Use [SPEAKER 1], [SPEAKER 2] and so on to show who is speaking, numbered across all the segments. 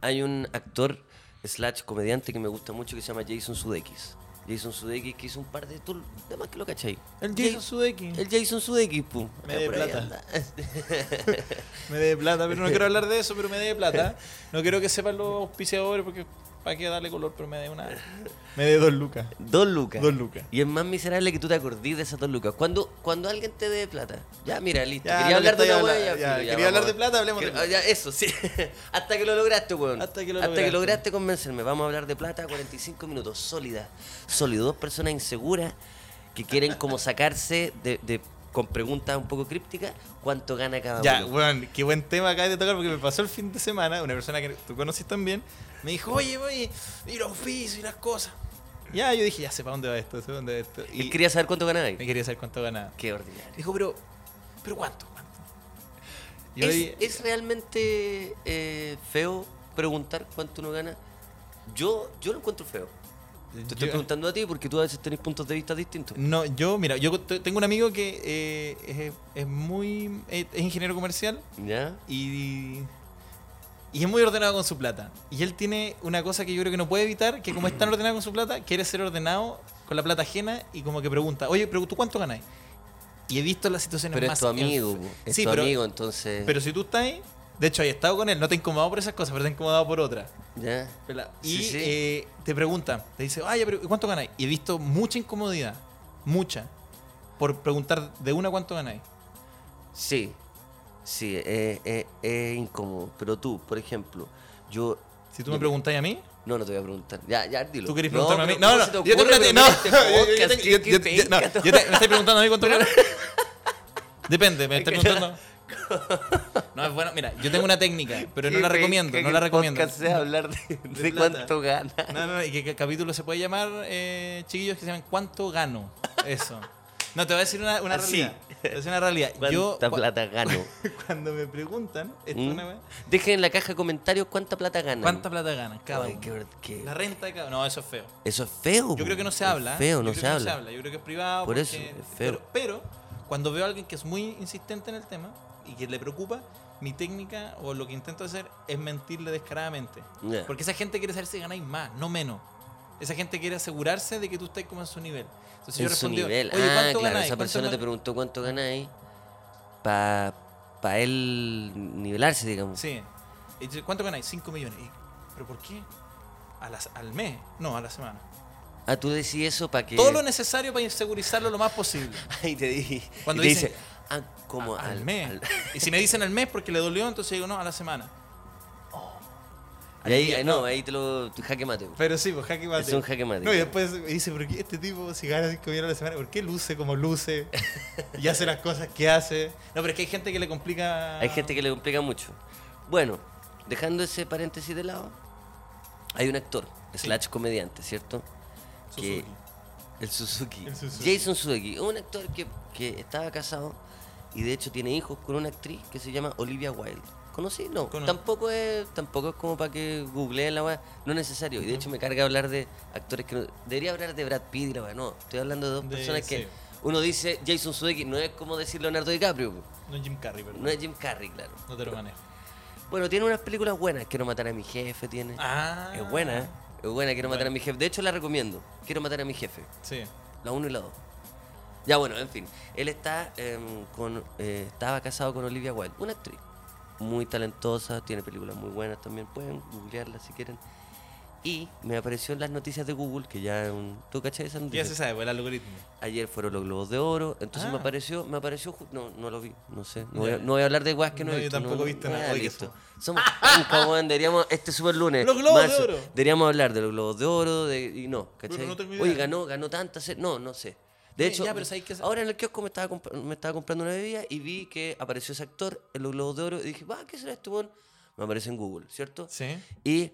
[SPEAKER 1] hay un actor slash comediante que me gusta mucho que se llama Jason Sudeikis. Jason Sudeikis que hizo un par de... Tú, nada más que lo cachai.
[SPEAKER 2] El
[SPEAKER 1] Jay-
[SPEAKER 2] Jason Sudeikis.
[SPEAKER 1] El Jason Sudeikis, pum.
[SPEAKER 2] Me
[SPEAKER 1] Ah,
[SPEAKER 2] dé
[SPEAKER 1] por ahí
[SPEAKER 2] plata.
[SPEAKER 1] anda.
[SPEAKER 2] Me dé plata, pero no quiero hablar de eso, pero me dé plata. No quiero que sepan los auspiciadores porque para qué darle color, pero me dé una. Me dé dos lucas.
[SPEAKER 1] Dos lucas.
[SPEAKER 2] Dos lucas.
[SPEAKER 1] Y es más miserable que tú te acordís de esas dos lucas. Cuando, cuando alguien te dé plata. Ya, mira, listo.
[SPEAKER 2] Ya,
[SPEAKER 1] quería
[SPEAKER 2] lo que
[SPEAKER 1] hablar de
[SPEAKER 2] estoy
[SPEAKER 1] una
[SPEAKER 2] habla-
[SPEAKER 1] hueá,
[SPEAKER 2] ya,
[SPEAKER 1] filo,
[SPEAKER 2] quería hablar
[SPEAKER 1] vamos.
[SPEAKER 2] de plata, hablemos de
[SPEAKER 1] Que- ah, ya, eso, sí. Hasta que lo lograste, weón.
[SPEAKER 2] Hasta que lo
[SPEAKER 1] lograste.
[SPEAKER 2] lograste.
[SPEAKER 1] convencerme. Vamos a hablar de plata 45 minutos. Sólida. Sólido. Dos personas inseguras que quieren como sacarse de, de- con preguntas un poco crípticas cuánto gana cada
[SPEAKER 2] Ya,
[SPEAKER 1] uno.
[SPEAKER 2] weón, qué buen tema acabas de tocar porque me pasó el fin de semana. Una persona que tú conoces también me dijo, oye, oye, ir a oficio y las cosas. Ya, yo dije, ya sé para dónde va esto, sé pa' dónde va esto.
[SPEAKER 1] Él
[SPEAKER 2] Y
[SPEAKER 1] quería saber cuánto ganaba.
[SPEAKER 2] me quería saber cuánto ganaba.
[SPEAKER 1] Qué ordinario.
[SPEAKER 2] Dijo, pero, pero ¿cuánto? ¿Cuánto? Yo
[SPEAKER 1] ¿Es,
[SPEAKER 2] dije,
[SPEAKER 1] es realmente eh, feo preguntar cuánto uno gana? Yo, yo lo encuentro feo. Te
[SPEAKER 2] yo-
[SPEAKER 1] estoy preguntando a ti porque tú a veces tenés puntos de vista distintos.
[SPEAKER 2] No, yo, mira, yo t- tengo un amigo que eh, es, es muy. eh, es- es ingeniero comercial
[SPEAKER 1] ¿Ya?
[SPEAKER 2] y. Y es muy ordenado con su plata. Y él tiene una cosa que yo creo que no puede evitar, que como es tan ordenado con su plata, quiere ser ordenado con la plata ajena y como que pregunta, oye, pero ¿tú cuánto ganáis? Y he visto las situaciones
[SPEAKER 1] Pero es
[SPEAKER 2] más...
[SPEAKER 1] tu amigo,
[SPEAKER 2] enf-
[SPEAKER 1] po. es
[SPEAKER 2] sí,
[SPEAKER 1] tu
[SPEAKER 2] pero,
[SPEAKER 1] amigo, entonces.
[SPEAKER 2] pero si tú estás ahí, de hecho, he estado con él, no te he incomodado por esas cosas, pero te he incomodado por otras.
[SPEAKER 1] ¿Ya?
[SPEAKER 2] ¿Verdad?
[SPEAKER 1] Sí,
[SPEAKER 2] Y
[SPEAKER 1] sí.
[SPEAKER 2] eh, te pregunta, te dice, ay, pero ¿cuánto ganáis? Y he visto mucha incomodidad, mucha, por preguntar de una cuánto ganáis.
[SPEAKER 1] Sí, sí, es eh, eh, es incómodo. Pero tú, por ejemplo, yo.
[SPEAKER 2] Si tú me preguntáis a mí,
[SPEAKER 1] No, no te voy a preguntar. Ya, ya, dilo.
[SPEAKER 2] tú querés preguntarme a mí.
[SPEAKER 1] pero
[SPEAKER 2] No,
[SPEAKER 1] ¿cómo se
[SPEAKER 2] no, yo
[SPEAKER 1] te
[SPEAKER 2] te
[SPEAKER 1] ocurre
[SPEAKER 2] pregunté- no,
[SPEAKER 1] preguntar este
[SPEAKER 2] yo
[SPEAKER 1] podcast?
[SPEAKER 2] te- yo-
[SPEAKER 1] ¿Qué-
[SPEAKER 2] yo-
[SPEAKER 1] qué
[SPEAKER 2] yo- no,
[SPEAKER 1] penca,
[SPEAKER 2] yo te- me estás preguntando a mí cuánto ganáis. Depende, me estás preguntando. No, es bueno, mira, yo tengo una técnica, pero no
[SPEAKER 1] qué penca
[SPEAKER 2] la recomiendo,
[SPEAKER 1] que
[SPEAKER 2] no la
[SPEAKER 1] el
[SPEAKER 2] recomiendo.
[SPEAKER 1] podcast sea hablar de,
[SPEAKER 2] De
[SPEAKER 1] de
[SPEAKER 2] plata.
[SPEAKER 1] cuánto gana.
[SPEAKER 2] No, no, no, y que, que capítulo se puede llamar, eh, chiquillos, que se llaman ¿Cuánto gano? Eso. No, te voy a decir una, una
[SPEAKER 1] Así.
[SPEAKER 2] realidad. Te voy a decir una realidad. Yo,
[SPEAKER 1] ¿Cuánta
[SPEAKER 2] cua-
[SPEAKER 1] plata gano?
[SPEAKER 2] Cuando me preguntan, esto
[SPEAKER 1] ¿Mm?
[SPEAKER 2] es una wea,
[SPEAKER 1] Dejen en la caja de comentarios cuánta plata ganan.
[SPEAKER 2] ¿cuánta plata ganan cada
[SPEAKER 1] Ay,
[SPEAKER 2] uno?
[SPEAKER 1] qué ver- qué-
[SPEAKER 2] La renta de cada uno. No, eso es feo.
[SPEAKER 1] Eso es feo.
[SPEAKER 2] Yo creo que no se
[SPEAKER 1] es
[SPEAKER 2] habla. ¿eh?
[SPEAKER 1] Feo,
[SPEAKER 2] Yo
[SPEAKER 1] no
[SPEAKER 2] creo
[SPEAKER 1] se,
[SPEAKER 2] que
[SPEAKER 1] habla.
[SPEAKER 2] Yo creo que es privado.
[SPEAKER 1] Por
[SPEAKER 2] porque-
[SPEAKER 1] eso, es feo.
[SPEAKER 2] Pero, pero cuando veo a alguien que es muy insistente en el tema y que le preocupa, mi técnica o lo que intento hacer es mentirle descaradamente.
[SPEAKER 1] Ya.
[SPEAKER 2] Porque esa gente quiere saber si ganáis más, no menos. Esa gente quiere asegurarse de que tú estés como en su nivel. Entonces yo
[SPEAKER 1] En su
[SPEAKER 2] respondí,
[SPEAKER 1] nivel.
[SPEAKER 2] Oye,
[SPEAKER 1] ah,
[SPEAKER 2] ¿cuánto
[SPEAKER 1] claro,
[SPEAKER 2] ganáis?
[SPEAKER 1] esa
[SPEAKER 2] ¿Cuánto
[SPEAKER 1] persona te
[SPEAKER 2] ganáis?"
[SPEAKER 1] preguntó cuánto ganáis para pa él nivelarse, digamos.
[SPEAKER 2] Sí. Y dice, ¿Cuánto ganáis? 5 millones. Y, ¿Pero por qué? A las- al mes, no, a la semana.
[SPEAKER 1] Ah, tú decís eso para que.
[SPEAKER 2] Todo lo necesario para insegurizarlo lo más posible.
[SPEAKER 1] y te di-
[SPEAKER 2] Cuando
[SPEAKER 1] y te
[SPEAKER 2] dicen,
[SPEAKER 1] dice. Ah, como
[SPEAKER 2] al,
[SPEAKER 1] al,
[SPEAKER 2] mes.
[SPEAKER 1] al-
[SPEAKER 2] Y si me dicen al mes porque le dolió, entonces digo, no, a la semana.
[SPEAKER 1] Y ahí,
[SPEAKER 2] día,
[SPEAKER 1] no, ahí te lo. tu jaque mate. güey.
[SPEAKER 2] Pero sí, pues jaque mate.
[SPEAKER 1] Es un jaque mate.
[SPEAKER 2] No, y después me dice, ¿por qué este tipo, si gana 5 millones a la semana, ¿por qué luce como luce? y hace las cosas que hace. No, pero es que hay gente que le complica.
[SPEAKER 1] Hay gente que le complica mucho. Bueno, dejando ese paréntesis de lado, hay un actor, slash comediante, ¿cierto?
[SPEAKER 2] Suzuki.
[SPEAKER 1] el Suzuki.
[SPEAKER 2] El Suzuki.
[SPEAKER 1] Jason Suzuki. Un actor que, que estaba casado y de hecho tiene hijos con una actriz que se llama Olivia Wilde. ¿Conocí? No.
[SPEAKER 2] Conozco.
[SPEAKER 1] Tampoco es, tampoco es como para que googleen la weá. No es necesario. Y de hecho me carga hablar de actores que no. Debería hablar de Brad Pitt y la weá. No, estoy hablando de dos
[SPEAKER 2] De-
[SPEAKER 1] personas que.
[SPEAKER 2] sí.
[SPEAKER 1] Uno dice Jason Sudeikis, no es como decir Leonardo DiCaprio. po.
[SPEAKER 2] No es Jim Carrey, perdón.
[SPEAKER 1] No es Jim Carrey, claro.
[SPEAKER 2] No te lo manejo.
[SPEAKER 1] Bueno, tiene unas películas buenas. Quiero matar a mi jefe, tiene.
[SPEAKER 2] Ah.
[SPEAKER 1] Es buena, ¿eh? Es buena, quiero matar a mi jefe. De hecho, la recomiendo. Quiero matar a mi jefe.
[SPEAKER 2] Sí.
[SPEAKER 1] La 1 y la 2. Ya bueno, en fin. Él está em, con, eh, estaba casado con Olivia Wilde, una actriz muy talentosa, tiene películas muy buenas también. Pueden googlearla si quieren. Y me apareció en las noticias de Google, que ya es un... ¿Tú cachai esas
[SPEAKER 2] Ya
[SPEAKER 1] noticias?
[SPEAKER 2] se sabe, pues el algoritmo.
[SPEAKER 1] Ayer fueron los Globos de Oro, entonces me
[SPEAKER 2] Ah.
[SPEAKER 1] apareció, me apareció, ju- no, no lo vi, no sé, no
[SPEAKER 2] Ya.
[SPEAKER 1] voy a, no voy a hablar de guas que no,
[SPEAKER 2] No,
[SPEAKER 1] he
[SPEAKER 2] yo
[SPEAKER 1] visto.
[SPEAKER 2] tampoco
[SPEAKER 1] no,
[SPEAKER 2] viste nada.
[SPEAKER 1] ah,
[SPEAKER 2] Oye, qué
[SPEAKER 1] listo.
[SPEAKER 2] fome.
[SPEAKER 1] Somos penca, weón, deberíamos, este super lunes.
[SPEAKER 2] Los Globos de
[SPEAKER 1] marzo,
[SPEAKER 2] Oro.
[SPEAKER 1] Deberíamos hablar de los Globos de Oro, de, y no, ¿cachai?
[SPEAKER 2] Bueno, no tengo idea.
[SPEAKER 1] Oye, ganó, ganó tanta, se- no, no sé. De
[SPEAKER 2] Ya,
[SPEAKER 1] hecho,
[SPEAKER 2] ya, pero ¿sabes qué?
[SPEAKER 1] ahora en el kiosco me estaba, comp- me estaba comprando una bebida y vi que apareció ese actor en los Globos de Oro y dije, va, ¿qué será esto, weón? Me aparece en Google, ¿cierto?
[SPEAKER 2] Sí.
[SPEAKER 1] Y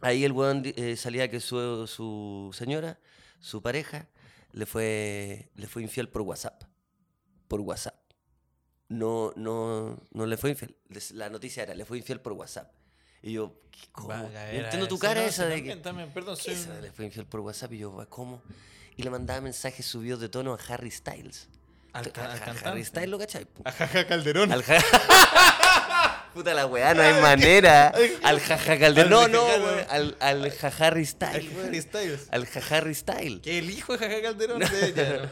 [SPEAKER 1] ahí el weón di- eh, salía que su, su señora, su pareja, le fue, le fue infiel por WhatsApp. Por WhatsApp. No, no, no le fue infiel. Les- La noticia era, le fue infiel por WhatsApp. Y yo, ¿qué- ¿cómo?
[SPEAKER 2] Vaga,
[SPEAKER 1] No
[SPEAKER 2] era
[SPEAKER 1] entiendo tu
[SPEAKER 2] ese,
[SPEAKER 1] cara
[SPEAKER 2] no,
[SPEAKER 1] esa
[SPEAKER 2] sí,
[SPEAKER 1] de
[SPEAKER 2] también,
[SPEAKER 1] que...
[SPEAKER 2] también, perdón,
[SPEAKER 1] ¿qué
[SPEAKER 2] soy
[SPEAKER 1] esa?
[SPEAKER 2] un-
[SPEAKER 1] Le fue infiel por WhatsApp y yo, ¿cómo? Y le mandaba mensajes subidos de tono a Harry Styles.
[SPEAKER 2] Al ca-
[SPEAKER 1] Ja-
[SPEAKER 2] al
[SPEAKER 1] ja- Harry
[SPEAKER 2] cantante.
[SPEAKER 1] Styles, ¿lo cachai? po?
[SPEAKER 2] Ajaja Calderón.
[SPEAKER 1] Al ja- Puta la weá, no hay manera. Al jaja Calderón. No,
[SPEAKER 2] Al
[SPEAKER 1] no,
[SPEAKER 2] jaja,
[SPEAKER 1] weón, Al, al jajarri
[SPEAKER 2] Al Harry
[SPEAKER 1] style.
[SPEAKER 2] Styles.
[SPEAKER 1] Al jajarri style.
[SPEAKER 2] Que el hijo de Jaja Calderón de ella.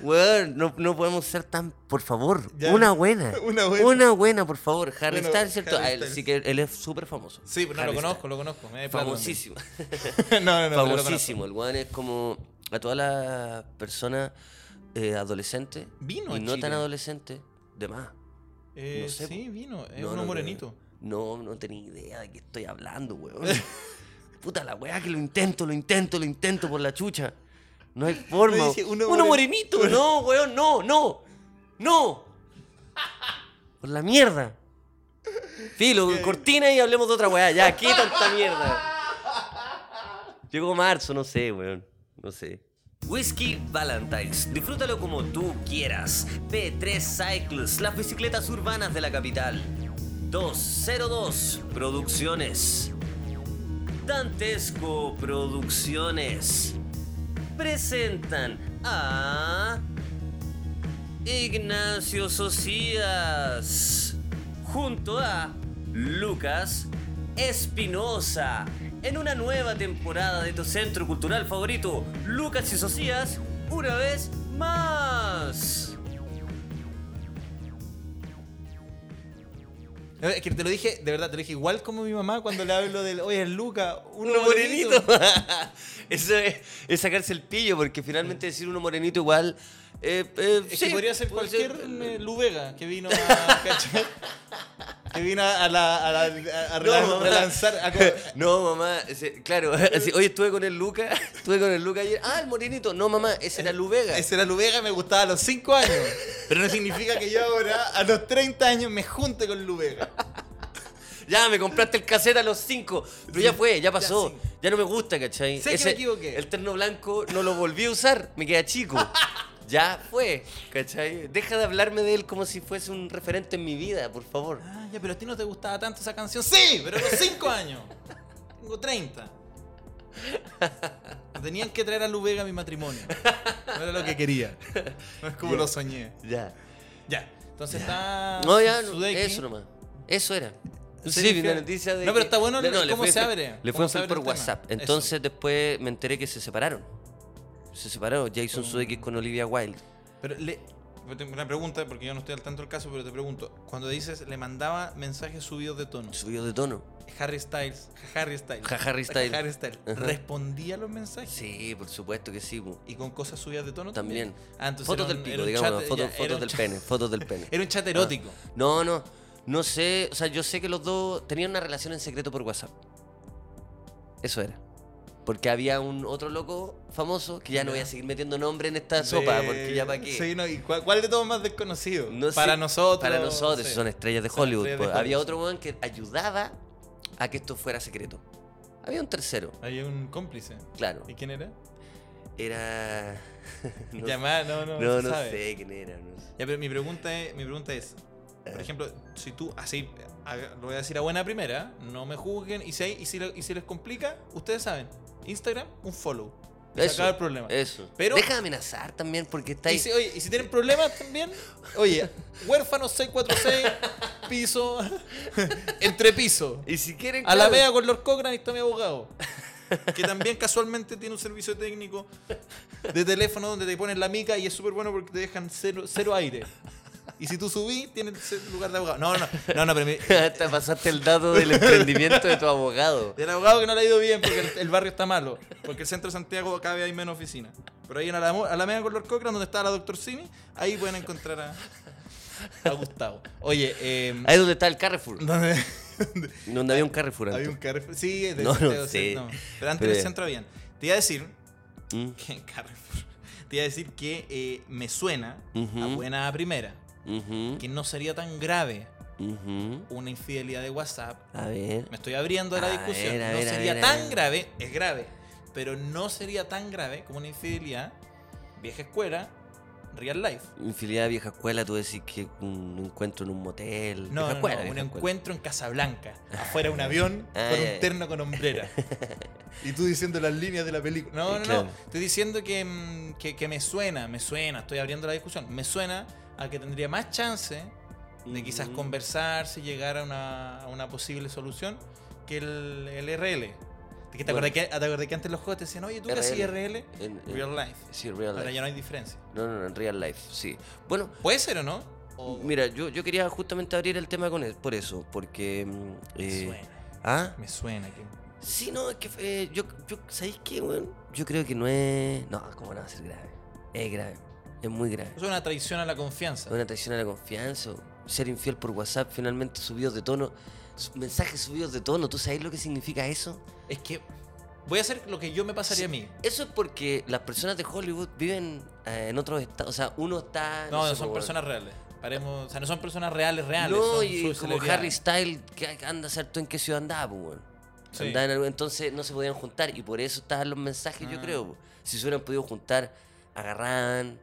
[SPEAKER 2] ¿no?
[SPEAKER 1] Weón, no, no podemos ser tan. Por favor,
[SPEAKER 2] Ya.
[SPEAKER 1] una buena.
[SPEAKER 2] Una buena.
[SPEAKER 1] Una buena, por favor. Harry
[SPEAKER 2] Bueno,
[SPEAKER 1] Styles, ¿cierto?
[SPEAKER 2] Harry
[SPEAKER 1] Ah, él
[SPEAKER 2] Styles.
[SPEAKER 1] sí que él es súper famoso.
[SPEAKER 2] Sí, pero no
[SPEAKER 1] Harry
[SPEAKER 2] lo conozco,
[SPEAKER 1] Styles.
[SPEAKER 2] lo conozco. me da plata
[SPEAKER 1] Famosísimo.
[SPEAKER 2] también. No, no, no. pero lo
[SPEAKER 1] Famosísimo. El weón es como a todas las personas eh, adolescentes
[SPEAKER 2] Vino
[SPEAKER 1] y
[SPEAKER 2] a
[SPEAKER 1] no tan
[SPEAKER 2] Chile.
[SPEAKER 1] adolescentes, de más.
[SPEAKER 2] conozco. Eh,
[SPEAKER 1] No sé,
[SPEAKER 2] Sí, vino. Es
[SPEAKER 1] No,
[SPEAKER 2] uno
[SPEAKER 1] no, no,
[SPEAKER 2] morenito.
[SPEAKER 1] No, no tenía idea de qué estoy hablando, weón. Puta la weá que lo intento, lo intento, lo intento por la chucha. No hay forma.
[SPEAKER 2] Yo dije,
[SPEAKER 1] uno
[SPEAKER 2] uno
[SPEAKER 1] morenito. No, weón, no, no. No. Por la mierda. Filo, cortina y hablemos de otra weá. Ya, qué tanta mierda. Llegó marzo, no sé, weón. No sé. Whisky Valentines. Disfrútalo como tú quieras. P3 Cycles, las bicicletas urbanas de la capital. 202 Producciones. Dantesco Producciones. Presentan a Ignacio Socias junto a Lucas Espinosa en una nueva temporada de tu centro cultural favorito, Lucas y Socias, una vez más.
[SPEAKER 2] No, Eh, Es que te lo dije, de verdad, te lo dije igual como mi mamá cuando le hablo del. Oye, es Luca, uno,
[SPEAKER 1] Uno
[SPEAKER 2] morenito.
[SPEAKER 1] morenito. Eso es, es sacarse el pillo, porque finalmente decir uno morenito igual. eh, eh,
[SPEAKER 2] Es
[SPEAKER 1] sí,
[SPEAKER 2] que podría ser
[SPEAKER 1] puede
[SPEAKER 2] cualquier
[SPEAKER 1] ser.
[SPEAKER 2] eh, Luvega que vino a. ¿cachai? que vino a, la, a, la, a- a
[SPEAKER 1] No,
[SPEAKER 2] rela-
[SPEAKER 1] mamá.
[SPEAKER 2] relanzar. a co-
[SPEAKER 1] No, mamá, ese- claro, así, hoy estuve con el Luca, estuve con el Luca ayer. Ah, el morenito. No, mamá, ese
[SPEAKER 2] Eh,
[SPEAKER 1] era Luvega.
[SPEAKER 2] Ese era Luvega y me gustaba a los 5 años. Pero no significa que yo ahora, a los 30 años, me junte con Luvega.
[SPEAKER 1] Ya, me compraste el cassette a los 5. Pero ya fue, ya pasó.
[SPEAKER 2] sí.
[SPEAKER 1] Ya, no me gusta, ¿cachai?
[SPEAKER 2] Sé que me equivoqué.
[SPEAKER 1] El terno blanco no lo volví a usar, me queda chico. ya fue, ¿cachai? Deja de hablarme de él como si fuese un referente en mi vida, por favor.
[SPEAKER 2] Ah, ya, pero a ti no te gustaba tanto esa canción. Sí, pero a los 5 años. Tengo 30. Tenían que traer a Luvega a mi matrimonio. No era lo que quería. No es como
[SPEAKER 1] Ya.
[SPEAKER 2] lo soñé.
[SPEAKER 1] Ya.
[SPEAKER 2] Ya. Entonces está.
[SPEAKER 1] No, ya, no,
[SPEAKER 2] Sudeki.
[SPEAKER 1] eso nomás. Eso era.
[SPEAKER 2] Sí,
[SPEAKER 1] Sí, vi
[SPEAKER 2] fue-
[SPEAKER 1] la noticia de.
[SPEAKER 2] No, pero está
[SPEAKER 1] que-
[SPEAKER 2] bueno
[SPEAKER 1] le
[SPEAKER 2] cómo
[SPEAKER 1] fue
[SPEAKER 2] se
[SPEAKER 1] infiel-
[SPEAKER 2] abre,
[SPEAKER 1] Le fue
[SPEAKER 2] cómo se
[SPEAKER 1] infiel
[SPEAKER 2] abre
[SPEAKER 1] por
[SPEAKER 2] el tema.
[SPEAKER 1] WhatsApp.
[SPEAKER 2] Eso.
[SPEAKER 1] Entonces después me enteré que se separaron. Se separó
[SPEAKER 2] Mm.
[SPEAKER 1] Jason Sudeikis con Olivia Wilde.
[SPEAKER 2] Pero le. tengo Una pregunta, porque yo no estoy al tanto del caso, pero te pregunto. Cuando dices, le mandaba mensajes subidos de tono.
[SPEAKER 1] Subió de tono.
[SPEAKER 2] Harry Styles. Harry Styles.
[SPEAKER 1] Ja- Harry Styles.
[SPEAKER 2] Harry Styles.
[SPEAKER 1] Ajá.
[SPEAKER 2] ¿Respondía los mensajes?
[SPEAKER 1] Sí, por supuesto que sí. po.
[SPEAKER 2] ¿Y con cosas subidas de tono?
[SPEAKER 1] También.
[SPEAKER 2] Ah, entonces
[SPEAKER 1] fotos
[SPEAKER 2] era
[SPEAKER 1] del
[SPEAKER 2] un-
[SPEAKER 1] pico,
[SPEAKER 2] era un
[SPEAKER 1] digamos,
[SPEAKER 2] chat-
[SPEAKER 1] fotos,
[SPEAKER 2] ya, era
[SPEAKER 1] fotos
[SPEAKER 2] un
[SPEAKER 1] del
[SPEAKER 2] chat-
[SPEAKER 1] pene, fotos del pene.
[SPEAKER 2] Era un chat erótico.
[SPEAKER 1] No, no, no sé, o sea, yo sé que los dos tenían una relación en secreto por WhatsApp. Eso era. Porque había un otro loco famoso que ya no
[SPEAKER 2] Ya.
[SPEAKER 1] voy a seguir metiendo nombre en esta
[SPEAKER 2] De-
[SPEAKER 1] Ah, sopa, porque ya para qué.
[SPEAKER 2] Sí, no, ¿y cuál, cuál de todos más desconocido?
[SPEAKER 1] No sé,
[SPEAKER 2] para nosotros.
[SPEAKER 1] Para nosotros,
[SPEAKER 2] sí.
[SPEAKER 1] son estrellas de
[SPEAKER 2] Son
[SPEAKER 1] Hollywood.
[SPEAKER 2] estrellas de
[SPEAKER 1] po. Había
[SPEAKER 2] Hollywood,
[SPEAKER 1] otro weón que ayudaba a que esto fuera secreto. Había un tercero,
[SPEAKER 2] Hay un cómplice.
[SPEAKER 1] claro.
[SPEAKER 2] ¿Y quién era?
[SPEAKER 1] Era. no,
[SPEAKER 2] Llamada, no,
[SPEAKER 1] no,
[SPEAKER 2] no, no,
[SPEAKER 1] no
[SPEAKER 2] se sabe.
[SPEAKER 1] sé quién era. no sé.
[SPEAKER 2] Ya, pero mi pregunta es, mi pregunta es
[SPEAKER 1] Eh.
[SPEAKER 2] por ejemplo, si tú, así, a- lo voy a decir a buena primera, no me juzguen, y si, hay- y si, lo- y si les complica, ustedes saben, Instagram, un follow. Se
[SPEAKER 1] Eso,
[SPEAKER 2] acaba el problema.
[SPEAKER 1] Eso.
[SPEAKER 2] Pero-
[SPEAKER 1] Deja de amenazar también porque está ahí.
[SPEAKER 2] Y si, oye, y si tienen problemas también, oye, huérfanos 646, piso, entrepiso,
[SPEAKER 1] Y si quieren.
[SPEAKER 2] a la
[SPEAKER 1] claro,
[SPEAKER 2] vea con Lord Cochran y está mi abogado. Que también casualmente tiene un servicio técnico de teléfono donde te ponen la mica y es súper bueno porque te dejan cero, cero aire. Y si tú subís, tienes el lugar de abogado. No, no, no, no pero mi-
[SPEAKER 1] Te pasaste el dato del emprendimiento de tu abogado.
[SPEAKER 2] Del abogado que no le ha ido bien porque el, el barrio está malo. Porque el centro de Santiago cada vez hay menos oficinas. Pero ahí en Alamo- Alameda Color Cochran, donde está la Doctor Simi, ahí pueden encontrar a, a Gustavo. Oye, eh,
[SPEAKER 1] Ahí es donde está el Carrefour.
[SPEAKER 2] ¿dónde-
[SPEAKER 1] Donde había un Carrefour antes.
[SPEAKER 2] había un Carrefour. Sí, es del
[SPEAKER 1] No, no
[SPEAKER 2] Santiago,
[SPEAKER 1] sé.
[SPEAKER 2] sí, no. Pero antes
[SPEAKER 1] Pero-
[SPEAKER 2] del centro habían. Te iba a decir
[SPEAKER 1] Mm,
[SPEAKER 2] que Carrefour. Te iba a decir que eh, me suena a
[SPEAKER 1] Ujú.
[SPEAKER 2] buena primera
[SPEAKER 1] ujú,
[SPEAKER 2] que no sería tan grave
[SPEAKER 1] ujú.
[SPEAKER 2] una infidelidad de WhatsApp
[SPEAKER 1] A ver.
[SPEAKER 2] Me estoy abriendo a la
[SPEAKER 1] A
[SPEAKER 2] discusión.
[SPEAKER 1] ver, a
[SPEAKER 2] no
[SPEAKER 1] ver, a
[SPEAKER 2] sería
[SPEAKER 1] ver, a
[SPEAKER 2] tan
[SPEAKER 1] ver.
[SPEAKER 2] grave, es grave, pero no sería tan grave como una infidelidad, vieja escuela, real life.
[SPEAKER 1] Infidelidad de vieja escuela, tú decís que un encuentro en un motel. vieja
[SPEAKER 2] No, no,
[SPEAKER 1] escuela,
[SPEAKER 2] no, un
[SPEAKER 1] vieja escuela.
[SPEAKER 2] encuentro en Casablanca, afuera de un avión,
[SPEAKER 1] Ah,
[SPEAKER 2] con
[SPEAKER 1] ya, ya.
[SPEAKER 2] un terno con hombrera. y tú diciendo las líneas de la película. No, no,
[SPEAKER 1] Claro.
[SPEAKER 2] no. Estoy diciendo que, mm, que, que me suena, me suena, estoy abriendo la discusión. Me suena a que tendría más chance de quizás
[SPEAKER 1] Ujú.
[SPEAKER 2] conversarse, llegar a una, a una posible solución, que el, el RL. ¿Te, que te,
[SPEAKER 1] Bueno.
[SPEAKER 2] acordás que, te acordás que antes los juegos te decían, oye, ¿tú qué hacías
[SPEAKER 1] RL?
[SPEAKER 2] RL?
[SPEAKER 1] En- en-
[SPEAKER 2] Eh, Real life.
[SPEAKER 1] Sí, real
[SPEAKER 2] Ahora ya
[SPEAKER 1] life.
[SPEAKER 2] no hay diferencia.
[SPEAKER 1] No, no, no, en real life, sí. Bueno,
[SPEAKER 2] ¿Puede ser o no? O-
[SPEAKER 1] mira, yo, yo quería justamente abrir el tema con e- por eso, porque... mm,
[SPEAKER 2] me
[SPEAKER 1] eh,
[SPEAKER 2] suena.
[SPEAKER 1] ¿Ah?
[SPEAKER 2] Me suena que.
[SPEAKER 1] Sí, no, es que eh, yo, yo, ¿sabéis qué, weón? Yo creo que no es... No, ¿cómo no va a ser grave? Es grave, es muy grave.
[SPEAKER 2] Es una traición a la confianza.
[SPEAKER 1] Es una traición a la confianza. Ser infiel por WhatsApp, finalmente subidos de tono. Su- Mensajes subidos de tono, ¿tú sabes lo que significa eso?
[SPEAKER 2] Es que voy a hacer lo que yo me pasaría a mí.
[SPEAKER 1] Eso es porque las personas de Hollywood viven eh, en otros estados. O sea, uno está. sé,
[SPEAKER 2] No,
[SPEAKER 1] pues,
[SPEAKER 2] no son
[SPEAKER 1] como-
[SPEAKER 2] personas reales. Paremos, o sea, no son personas reales, reales.
[SPEAKER 1] No,
[SPEAKER 2] son
[SPEAKER 1] y como
[SPEAKER 2] subcelebridades.
[SPEAKER 1] Harry Styles, que anda a ser tú en qué ciudad andaba, pues, weón.
[SPEAKER 2] Sí.
[SPEAKER 1] Andaba en algo- entonces no se podían juntar y por eso estaban los mensajes, yo
[SPEAKER 2] Ah.
[SPEAKER 1] creo. po. Si se hubieran podido juntar, agarraban,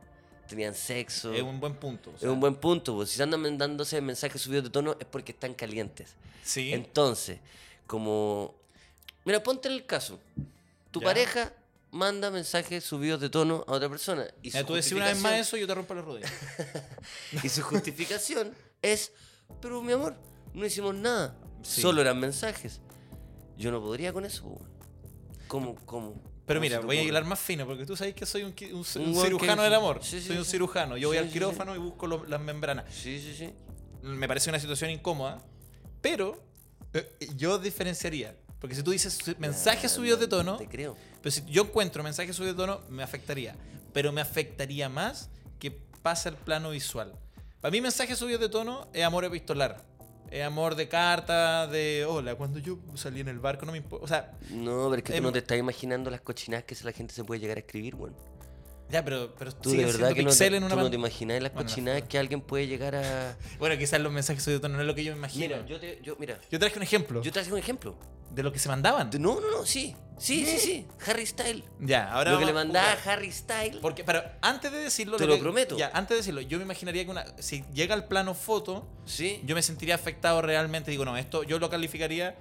[SPEAKER 1] tenían sexo.
[SPEAKER 2] Es un buen punto. o
[SPEAKER 1] Es
[SPEAKER 2] sea,
[SPEAKER 1] un buen punto, po. si se andan mandándose mensajes subidos de tono es porque están calientes.
[SPEAKER 2] Sí.
[SPEAKER 1] Entonces, como. Mira, ponte en el caso. Tu
[SPEAKER 2] Ya.
[SPEAKER 1] pareja manda mensajes subidos de tono a otra persona. Y
[SPEAKER 2] Mira,
[SPEAKER 1] su,
[SPEAKER 2] tú decís una vez
[SPEAKER 1] justificación-
[SPEAKER 2] más eso y yo te rompo las rodillas.
[SPEAKER 1] y su justificación es: Pero mi amor, no hicimos nada.
[SPEAKER 2] Sí.
[SPEAKER 1] Solo eran mensajes. Yo no podría con eso, po, weón. ¿Cómo? ¿Cómo?
[SPEAKER 2] Pero
[SPEAKER 1] ¿Cómo
[SPEAKER 2] mira,
[SPEAKER 1] se te
[SPEAKER 2] voy a
[SPEAKER 1] ocurre?
[SPEAKER 2] hilar más fino porque tú sabes que soy un, qui- un c-
[SPEAKER 1] Un
[SPEAKER 2] un
[SPEAKER 1] weón que-
[SPEAKER 2] cirujano del amor.
[SPEAKER 1] Sí, sí,
[SPEAKER 2] soy un
[SPEAKER 1] sí.
[SPEAKER 2] cirujano. Yo voy
[SPEAKER 1] Sí,
[SPEAKER 2] al
[SPEAKER 1] sí,
[SPEAKER 2] quirófano y busco lo- las membranas.
[SPEAKER 1] Sí, sí, sí.
[SPEAKER 2] Me parece una situación incómoda, pero eh, yo diferenciaría. Porque si tú dices su- mensajes
[SPEAKER 1] Ah,
[SPEAKER 2] subidos
[SPEAKER 1] no,
[SPEAKER 2] de tono,
[SPEAKER 1] Te creo.
[SPEAKER 2] Pero si yo encuentro mensajes subidos de tono, me afectaría. Pero me afectaría más que pasa el plano visual. Para mí, mensajes subidos de tono es amor epistolar. Es amor de carta, de hola, cuando yo salí en el barco, no me importa. O sea,
[SPEAKER 1] No, pero es que tú
[SPEAKER 2] Em-
[SPEAKER 1] no te estás imaginando las cochinadas que la gente se puede llegar a escribir, weón.
[SPEAKER 2] ya, pero, pero
[SPEAKER 1] Tú
[SPEAKER 2] siguen
[SPEAKER 1] de
[SPEAKER 2] siendo
[SPEAKER 1] verdad que no te,
[SPEAKER 2] pixeles en una
[SPEAKER 1] tú no te
[SPEAKER 2] pan-
[SPEAKER 1] imaginas las
[SPEAKER 2] Bueno, no,
[SPEAKER 1] cochinadas que alguien puede llegar a...
[SPEAKER 2] Bueno, quizás los mensajes subidos de tono no es lo que yo me imagino.
[SPEAKER 1] Mira, yo te, yo, mira,
[SPEAKER 2] Yo traje un ejemplo
[SPEAKER 1] yo traje un ejemplo.
[SPEAKER 2] de lo que se mandaban.
[SPEAKER 1] De- No, no, no, sí, sí, sí, sí, Harry Style.
[SPEAKER 2] Ya, ¿Eh? ahora.
[SPEAKER 1] lo que le
[SPEAKER 2] vamos a
[SPEAKER 1] mandaba
[SPEAKER 2] jugar.
[SPEAKER 1] a Harry Style.
[SPEAKER 2] Porque, pero antes de decirlo.
[SPEAKER 1] Te
[SPEAKER 2] que-
[SPEAKER 1] lo prometo.
[SPEAKER 2] Ya, antes de decirlo, yo me imaginaría que una, si llega al plano foto,
[SPEAKER 1] Sí.
[SPEAKER 2] yo me sentiría afectado realmente. Digo, no, esto yo lo calificaría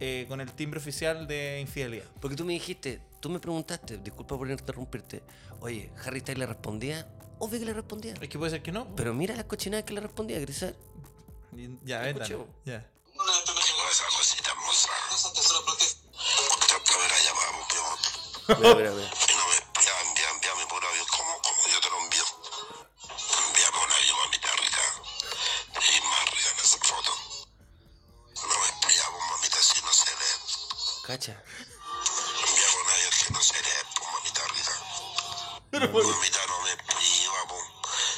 [SPEAKER 2] eh, con el timbre oficial de infidelidad.
[SPEAKER 1] Porque tú me dijiste, tú me preguntaste, disculpa por interrumpirte. Oye, Harry Style le respondía, obvio que le respondía.
[SPEAKER 2] Es que puede ser que no.
[SPEAKER 1] Pero mira las cochinadas que le respondía, Grisel.
[SPEAKER 2] ya,
[SPEAKER 1] te
[SPEAKER 2] ven, dale.
[SPEAKER 1] escuché.
[SPEAKER 2] ya.
[SPEAKER 3] Una vez me dijo esa cosita hermosa. Esa tesora, ¿por qué? Porque te me la llamaba, primo.
[SPEAKER 1] Mira, mira, mira.
[SPEAKER 3] Y no me envía, envía, envíame por avión como, como yo te lo envío. Envíame un avión a mamita rica. Y más rica en esa foto. No me envía, pues, mamita, si no se lee.
[SPEAKER 1] Cacha.
[SPEAKER 3] Envíame un avión que no se lee, pues, mamita rica. Mamita no me priva, pues.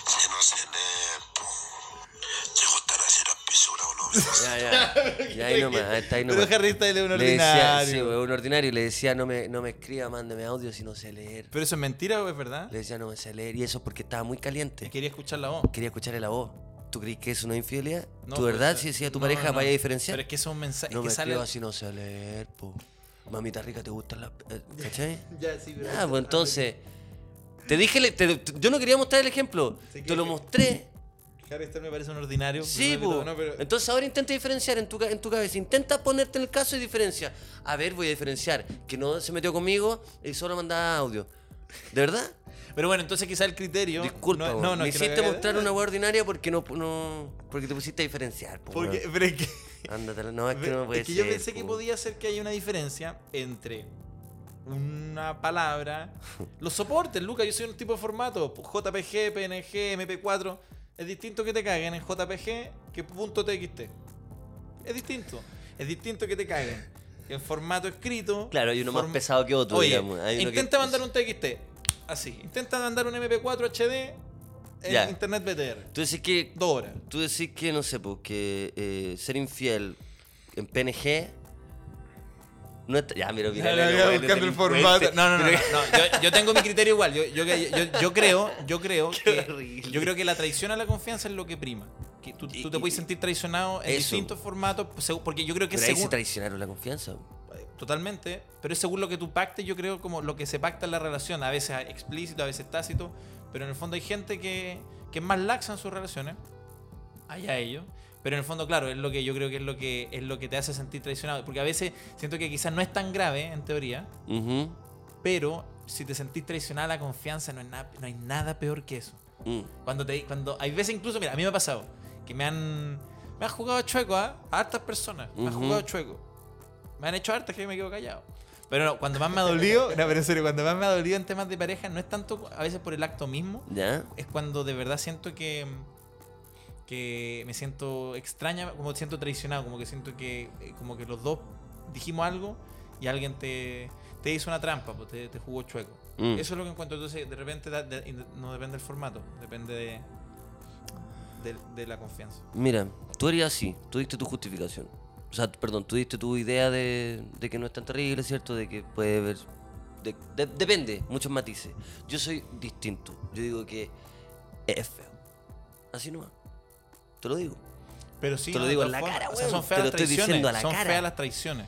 [SPEAKER 3] Si no se lee, pues. Te gustará si las pisuras o no.
[SPEAKER 1] Ya, ya. Ya ahí nomás, está ahí nomás.
[SPEAKER 2] Pero Harry Styles es un
[SPEAKER 1] Le decía,
[SPEAKER 2] ordinario.
[SPEAKER 1] sí, weón, un ordinario. Y le decía, no me, no me escriba, mándeme audio si no sé leer.
[SPEAKER 2] Pero eso es mentira o es verdad.
[SPEAKER 1] Le decía, no me sé leer. Y eso porque estaba muy caliente.
[SPEAKER 2] Quería escuchar la voz.
[SPEAKER 1] Quería escucharle la voz. ¿Tú crees que eso no es infidelidad?
[SPEAKER 2] No,
[SPEAKER 1] ¿Tú
[SPEAKER 2] pues,
[SPEAKER 1] verdad?
[SPEAKER 2] eh,
[SPEAKER 1] Si decía tu
[SPEAKER 2] no,
[SPEAKER 1] pareja,
[SPEAKER 2] no, no.
[SPEAKER 1] vaya a diferenciar.
[SPEAKER 2] Pero es que esos mensajes
[SPEAKER 1] no
[SPEAKER 2] que
[SPEAKER 1] me
[SPEAKER 2] salen.
[SPEAKER 1] escribas si no sé leer, po. Mamita rica, ¿te gustan las...? eh, ¿Cachai?
[SPEAKER 2] Ya, sí, pero-
[SPEAKER 1] Ah, pues entonces... Te dije... le- te- te- yo no quería mostrar el ejemplo.
[SPEAKER 2] Sí,
[SPEAKER 1] te
[SPEAKER 2] que-
[SPEAKER 1] lo mostré.
[SPEAKER 2] Harry Styles me parece un ordinario.
[SPEAKER 1] Sí, pues.
[SPEAKER 2] primero que
[SPEAKER 1] po.
[SPEAKER 2] todo, no, pero-
[SPEAKER 1] Entonces ahora intenta diferenciar en tu, ca- en tu cabeza. Intenta ponerte en el caso y diferencia. A ver, voy a diferenciar. Que no se metió conmigo y solo mandaba audio. ¿De verdad?
[SPEAKER 2] Pero bueno, entonces quizá el criterio.
[SPEAKER 1] Disculpa,
[SPEAKER 2] no,
[SPEAKER 1] weón.
[SPEAKER 2] no, no,
[SPEAKER 1] me
[SPEAKER 2] es que no
[SPEAKER 1] hiciste
[SPEAKER 2] había-
[SPEAKER 1] mostrar una hueá ordinaria porque no, no- porque te pusiste a diferenciar. po,
[SPEAKER 2] Porque,
[SPEAKER 1] weón.
[SPEAKER 2] pero es que.
[SPEAKER 1] Ándate, a la- no, es que
[SPEAKER 2] Ve-
[SPEAKER 1] Ah, no puede
[SPEAKER 2] es que yo
[SPEAKER 1] ser, pues.
[SPEAKER 2] pensé que
[SPEAKER 1] po.
[SPEAKER 2] podía ser que haya una diferencia entre una palabra. Los soportes, Lucas, yo soy un tipo de formato. JPG, PNG, MP4. Es distinto que te caguen en JPG que punto .txt. Es distinto. Es distinto que te caguen. En formato escrito.
[SPEAKER 1] Claro, hay uno más
[SPEAKER 2] forma-
[SPEAKER 1] pesado que otro,
[SPEAKER 2] Oye,
[SPEAKER 1] digamos. Hay uno que-
[SPEAKER 2] intenta mandar un TXT. Así. Intenta mandar un MP4 HD en
[SPEAKER 1] Ya.
[SPEAKER 2] Internet BTR.
[SPEAKER 1] Tú decís que,
[SPEAKER 2] Dos horas.
[SPEAKER 1] tú decís que no sé, porque ser infiel en PNG... No está, ya, mira, mira.
[SPEAKER 2] Ya,
[SPEAKER 1] mira,
[SPEAKER 2] ya,
[SPEAKER 1] bueno,
[SPEAKER 2] ya, buscando el
[SPEAKER 1] delincuente.
[SPEAKER 2] formato. No, no, no. no, no, Yo, yo tengo mi criterio igual. Yo, yo, yo- yo creo, yo creo, que,
[SPEAKER 1] horrible.
[SPEAKER 2] yo creo que la traición a la confianza es lo que prima. Que tú,
[SPEAKER 1] Y-
[SPEAKER 2] tú te
[SPEAKER 1] y-
[SPEAKER 2] puedes sentir traicionado en
[SPEAKER 1] Eso.
[SPEAKER 2] distintos formatos, pues, segu- porque yo creo que
[SPEAKER 1] Pero ahí se
[SPEAKER 2] según-
[SPEAKER 1] traicionaron la confianza. po.
[SPEAKER 2] totalmente, pero es según lo que tú pactes, yo creo como lo que se pacta en la relación, a veces explícito, a veces tácito, pero en el fondo hay gente que, que es más laxa en sus relaciones, allá ellos, pero en el fondo claro, es lo que yo creo que es lo que es lo que te hace sentir traicionado, porque a veces siento que quizás no es tan grave en teoría,
[SPEAKER 1] Ujú.
[SPEAKER 2] pero si te sentís traicionada la confianza, no, es nada- no hay nada peor que eso.
[SPEAKER 1] Mm.
[SPEAKER 2] Cuando te cuando hay veces incluso, mira, a mí me ha pasado porque me han. Me han jugado chueco, ¿ah? A hartas personas. Me han
[SPEAKER 1] Ujú.
[SPEAKER 2] jugado chueco. Me han hecho hartas que me quedo callado. Pero no, cuando más me ha dolido, no, pero en serio, cuando más me ha dolido en temas de pareja, no es tanto a veces por el acto mismo,
[SPEAKER 1] ¿Ya?
[SPEAKER 2] es cuando de verdad siento que que me siento extraña, como siento traicionado, como que siento que eh, como que los dos dijimos algo y alguien te, te hizo una trampa, pues te, te jugó chueco.
[SPEAKER 1] Mm.
[SPEAKER 2] Eso es lo que encuentro. Entonces, de repente da- de- no depende del formato, depende de, de, de la confianza.
[SPEAKER 1] Mira, tú eres así, tú diste tu justificación. O sea, perdón, tú diste tu idea de, de que no es tan terrible, ¿cierto? De que puede haber... de- de- depende, muchos matices. Yo soy distinto. Yo digo que es feo. Así nomás. Te lo digo.
[SPEAKER 2] Pero sí,
[SPEAKER 1] Te lo
[SPEAKER 2] no, de
[SPEAKER 1] digo
[SPEAKER 2] todas
[SPEAKER 1] en la
[SPEAKER 2] formas,
[SPEAKER 1] cara,
[SPEAKER 2] o sea,
[SPEAKER 1] weón,
[SPEAKER 2] son
[SPEAKER 1] te
[SPEAKER 2] feas
[SPEAKER 1] lo
[SPEAKER 2] las
[SPEAKER 1] estoy
[SPEAKER 2] traiciones.
[SPEAKER 1] diciendo a la
[SPEAKER 2] son
[SPEAKER 1] cara.
[SPEAKER 2] feas las traiciones,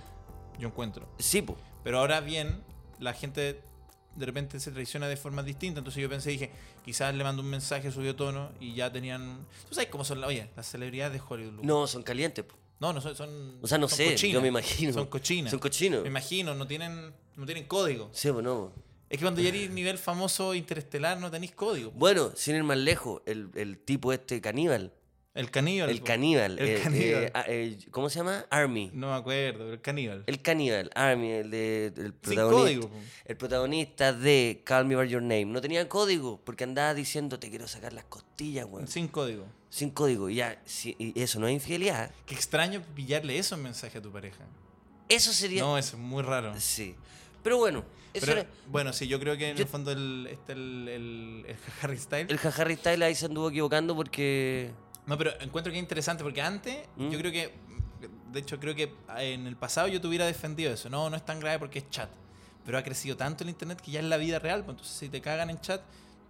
[SPEAKER 2] yo encuentro.
[SPEAKER 1] Sí, po.
[SPEAKER 2] Pero ahora bien, la gente de repente se traiciona de formas distintas. Entonces yo pensé, dije, quizás le mando un mensaje, subió tono y ya tenían. ¿Tú sabes cómo son, la- oye, las celebridades de Hollywood? Lucas?
[SPEAKER 1] No, son calientes, po.
[SPEAKER 2] no, no son. son
[SPEAKER 1] O sea, no
[SPEAKER 2] son
[SPEAKER 1] sé,
[SPEAKER 2] cochinas.
[SPEAKER 1] yo me imagino.
[SPEAKER 2] Son cochinas.
[SPEAKER 1] Son cochinos.
[SPEAKER 2] Me imagino, no tienen, no tienen código.
[SPEAKER 1] Sí, po, no, po.
[SPEAKER 2] Es que cuando ya eres nivel famoso interestelar no tenéis código.
[SPEAKER 1] Bueno, sin ir más lejos, el, el tipo este caníbal.
[SPEAKER 2] El caníbal.
[SPEAKER 1] El
[SPEAKER 2] po.
[SPEAKER 1] caníbal.
[SPEAKER 2] El
[SPEAKER 1] eh,
[SPEAKER 2] caníbal.
[SPEAKER 1] eh, ah, eh, ¿Cómo se llama? Army.
[SPEAKER 2] No me acuerdo, pero el caníbal.
[SPEAKER 1] El caníbal, Army, el de el
[SPEAKER 2] Sin
[SPEAKER 1] protagonista.
[SPEAKER 2] código, po.
[SPEAKER 1] el protagonista de Call Me by Your Name. No tenía código, porque andaba diciendo te quiero sacar las costillas, weón.
[SPEAKER 2] Sin código.
[SPEAKER 1] Sin código. Y ya, si- y eso no es infidelidad.
[SPEAKER 2] Qué extraño pillarle eso en mensaje a tu pareja.
[SPEAKER 1] Eso sería.
[SPEAKER 2] No, eso es muy raro.
[SPEAKER 1] Sí. Pero bueno, eso
[SPEAKER 2] Pero,
[SPEAKER 1] era.
[SPEAKER 2] Bueno, sí, yo creo que en
[SPEAKER 1] Yo-
[SPEAKER 2] el fondo el, este, el, el- el Harry Styles.
[SPEAKER 1] El Harry Styles ahí se anduvo equivocando porque.
[SPEAKER 2] No, pero encuentro que es interesante porque antes,
[SPEAKER 1] Mm.
[SPEAKER 2] yo creo que. De hecho, creo que en el pasado yo te hubiera defendido eso. No, no es tan grave porque es chat. Pero ha crecido tanto el internet que ya es la vida real. pues, Entonces, si te cagan en chat,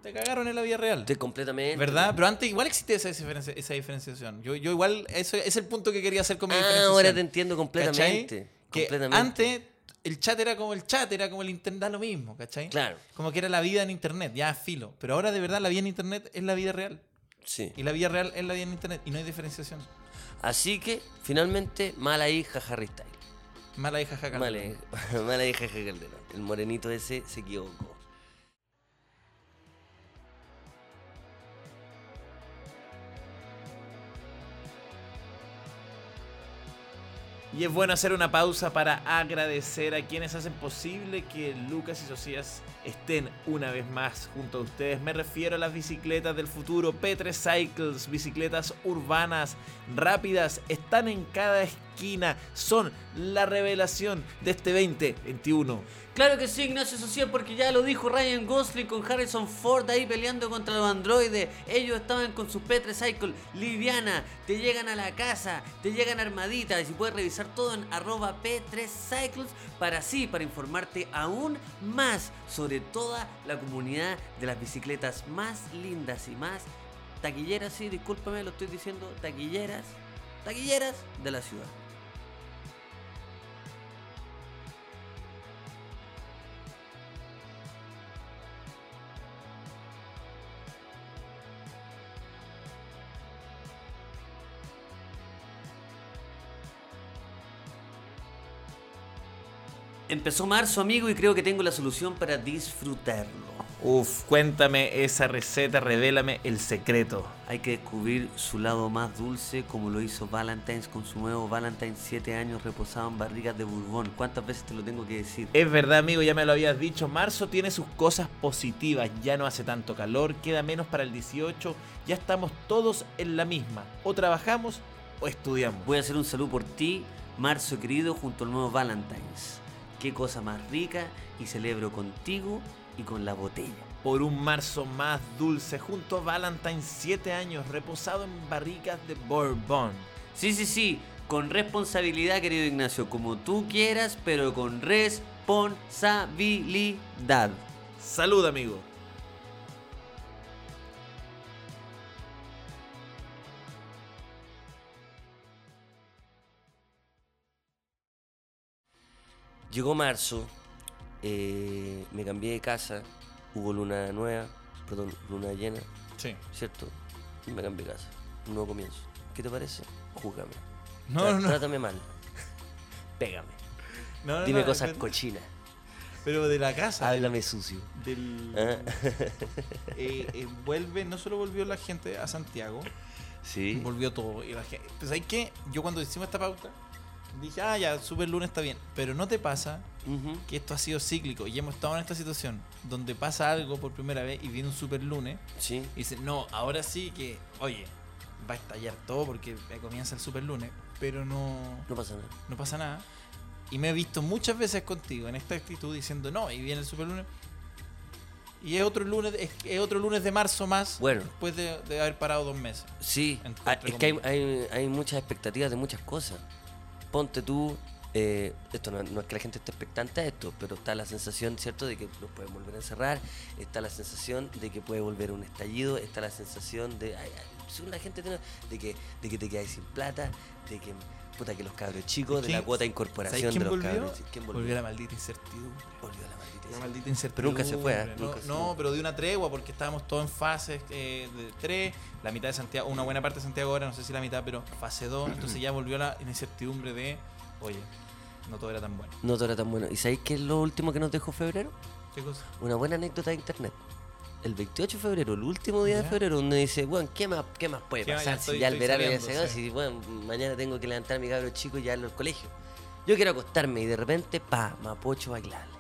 [SPEAKER 2] te cagaron en la vida real.
[SPEAKER 1] Te completamente.
[SPEAKER 2] ¿Verdad? Pero antes igual existía esa, diferenci- esa diferenciación. Yo, yo igual, eso es el punto que quería hacer con mi
[SPEAKER 1] Ah,
[SPEAKER 2] diferenciación.
[SPEAKER 1] ahora te entiendo
[SPEAKER 2] ¿Cachai?
[SPEAKER 1] completamente.
[SPEAKER 2] Que
[SPEAKER 1] completamente.
[SPEAKER 2] antes el chat era como el chat, era como el internet, da lo mismo, ¿cachai?
[SPEAKER 1] Claro.
[SPEAKER 2] Como que era la vida en internet, ya filo. Pero ahora de verdad la vida en internet es la vida real.
[SPEAKER 1] Sí.
[SPEAKER 2] Y la vida real es la vida en internet. Y no hay diferenciación.
[SPEAKER 1] Así que, finalmente, mala hija Harry Styles.
[SPEAKER 2] Mala hija jaca.
[SPEAKER 1] Mala, hija- mala hija de Calderón. El morenito ese se equivocó.
[SPEAKER 4] Y es bueno hacer una pausa para agradecer a quienes hacen posible que Lucas y Socias estén una vez más junto a ustedes. Me refiero a las bicicletas del futuro, Petre Cycles, bicicletas urbanas, rápidas, están en cada esquina, son la revelación de este 2021.
[SPEAKER 5] Claro que sí, Ignacio Social, porque ya lo dijo Ryan Gosling con Harrison Ford ahí peleando contra los androides. Ellos estaban con sus Petre Cycle liviana, te llegan a la casa, te llegan armaditas y si puedes revisar todo en arroba P3Cycles para así, para informarte aún más sobre toda la comunidad de las bicicletas más lindas y más taquilleras, sí, discúlpame, lo estoy diciendo, taquilleras, taquilleras de la ciudad. Empezó marzo, amigo, y creo que tengo la solución para disfrutarlo.
[SPEAKER 4] Uf, cuéntame esa receta, revélame el secreto.
[SPEAKER 5] Hay que descubrir su lado más dulce como lo hizo Valentine's con su nuevo Valentine's 7 años reposado en barrigas de Bourbon. ¿Cuántas veces te lo tengo que decir?
[SPEAKER 4] Es verdad, amigo, ya me lo habías dicho. Marzo tiene sus cosas positivas. Ya no hace tanto calor, queda menos para el 18. Ya estamos todos en la misma. O trabajamos o estudiamos.
[SPEAKER 5] Voy a hacer un saludo por ti, Marzo querido, junto al nuevo Valentine's. Qué cosa más rica y celebro contigo y con la botella.
[SPEAKER 4] Por un marzo más dulce, junto a Valentine, 7 años, reposado en barricas de Bourbon.
[SPEAKER 5] Sí, sí, sí, con responsabilidad, querido Ignacio, como tú quieras, pero con responsabilidad.
[SPEAKER 4] Salud, amigo.
[SPEAKER 1] Llegó marzo, eh, me cambié de casa, hubo luna nueva, perdón, luna llena,
[SPEAKER 2] Sí.
[SPEAKER 1] ¿cierto? Y me cambié de casa, un nuevo comienzo. ¿Qué te parece? Júgame.
[SPEAKER 2] No, no, no.
[SPEAKER 1] Trátame mal. Pégame.
[SPEAKER 2] no, no,
[SPEAKER 1] Dime
[SPEAKER 2] no,
[SPEAKER 1] cosas
[SPEAKER 2] pero-
[SPEAKER 1] cochinas.
[SPEAKER 2] Pero de la casa.
[SPEAKER 1] Háblame sucio.
[SPEAKER 2] Del,
[SPEAKER 1] Ah.
[SPEAKER 2] eh, eh, vuelve, no solo volvió la gente a Santiago,
[SPEAKER 1] Sí.
[SPEAKER 2] Volvió todo. Y la gente- pues hay que, yo cuando hicimos esta pauta, dije, ah, ya, super lunes está bien. Pero no te pasa
[SPEAKER 1] Ujú.
[SPEAKER 2] que esto ha sido cíclico y hemos estado en esta situación donde pasa algo por primera vez y viene un super lunes
[SPEAKER 1] Sí.
[SPEAKER 2] y dice, no, ahora sí que, oye, va a estallar todo porque comienza el super lunes, pero no,
[SPEAKER 1] No pasa nada.
[SPEAKER 2] no pasa nada. Y me he visto muchas veces contigo en esta actitud diciendo, no, y viene el super lunes. Y es otro lunes, es, es otro lunes de marzo más
[SPEAKER 1] Bueno.
[SPEAKER 2] después de, de haber parado dos meses.
[SPEAKER 1] Sí,
[SPEAKER 2] Encuentro
[SPEAKER 1] ah, es que hay, hay- hay muchas expectativas de muchas cosas. Ponte tú, eh, esto no, no es que la gente esté expectante a esto, pero está la sensación, ¿cierto?, de que nos pueden volver a encerrar, está la sensación de que puede volver un estallido, está la sensación de, ay, ay, si la gente tiene, de que, de que te quedas sin plata, de que, puta, que los cabros chicos, de
[SPEAKER 2] ¿Quién-
[SPEAKER 1] la cuota de
[SPEAKER 2] ¿sabes
[SPEAKER 1] incorporación de
[SPEAKER 2] quién
[SPEAKER 1] los
[SPEAKER 2] volvió?
[SPEAKER 1] cabros chicos. ¿Quién volvió?
[SPEAKER 2] Volvió la maldita incertidumbre.
[SPEAKER 1] Volvió la maldita
[SPEAKER 2] La
[SPEAKER 1] sea.
[SPEAKER 2] maldita
[SPEAKER 1] Pero nunca
[SPEAKER 2] incertidumbre.
[SPEAKER 1] se fue, ¿eh?
[SPEAKER 2] No,
[SPEAKER 1] Nunca se
[SPEAKER 2] no,
[SPEAKER 1] fue.
[SPEAKER 2] pero de una tregua porque estábamos todos en fases eh, de tres, la mitad de Santiago, una buena parte de Santiago ahora, no sé si la mitad, pero fase dos, entonces ya volvió la incertidumbre de, oye, no todo era tan bueno.
[SPEAKER 1] No todo era tan bueno. ¿Y sabéis qué es lo último que nos dejó febrero?
[SPEAKER 2] ¿Qué cosa?
[SPEAKER 1] una buena anécdota de internet. El 28 de febrero, el último día de
[SPEAKER 2] Ya.
[SPEAKER 1] febrero, donde dice, bueno, ¿qué más, qué más puede
[SPEAKER 2] Sí, ya
[SPEAKER 1] pasar?
[SPEAKER 2] estoy-
[SPEAKER 1] si ya el
[SPEAKER 2] estoy
[SPEAKER 1] verano ya se
[SPEAKER 2] sabiendo,
[SPEAKER 1] va,
[SPEAKER 2] sí.
[SPEAKER 1] si bueno, mañana tengo que levantar a mi cabro chico y llevarlo al colegio. Yo quiero acostarme y de repente, pa, Mapocho bailable.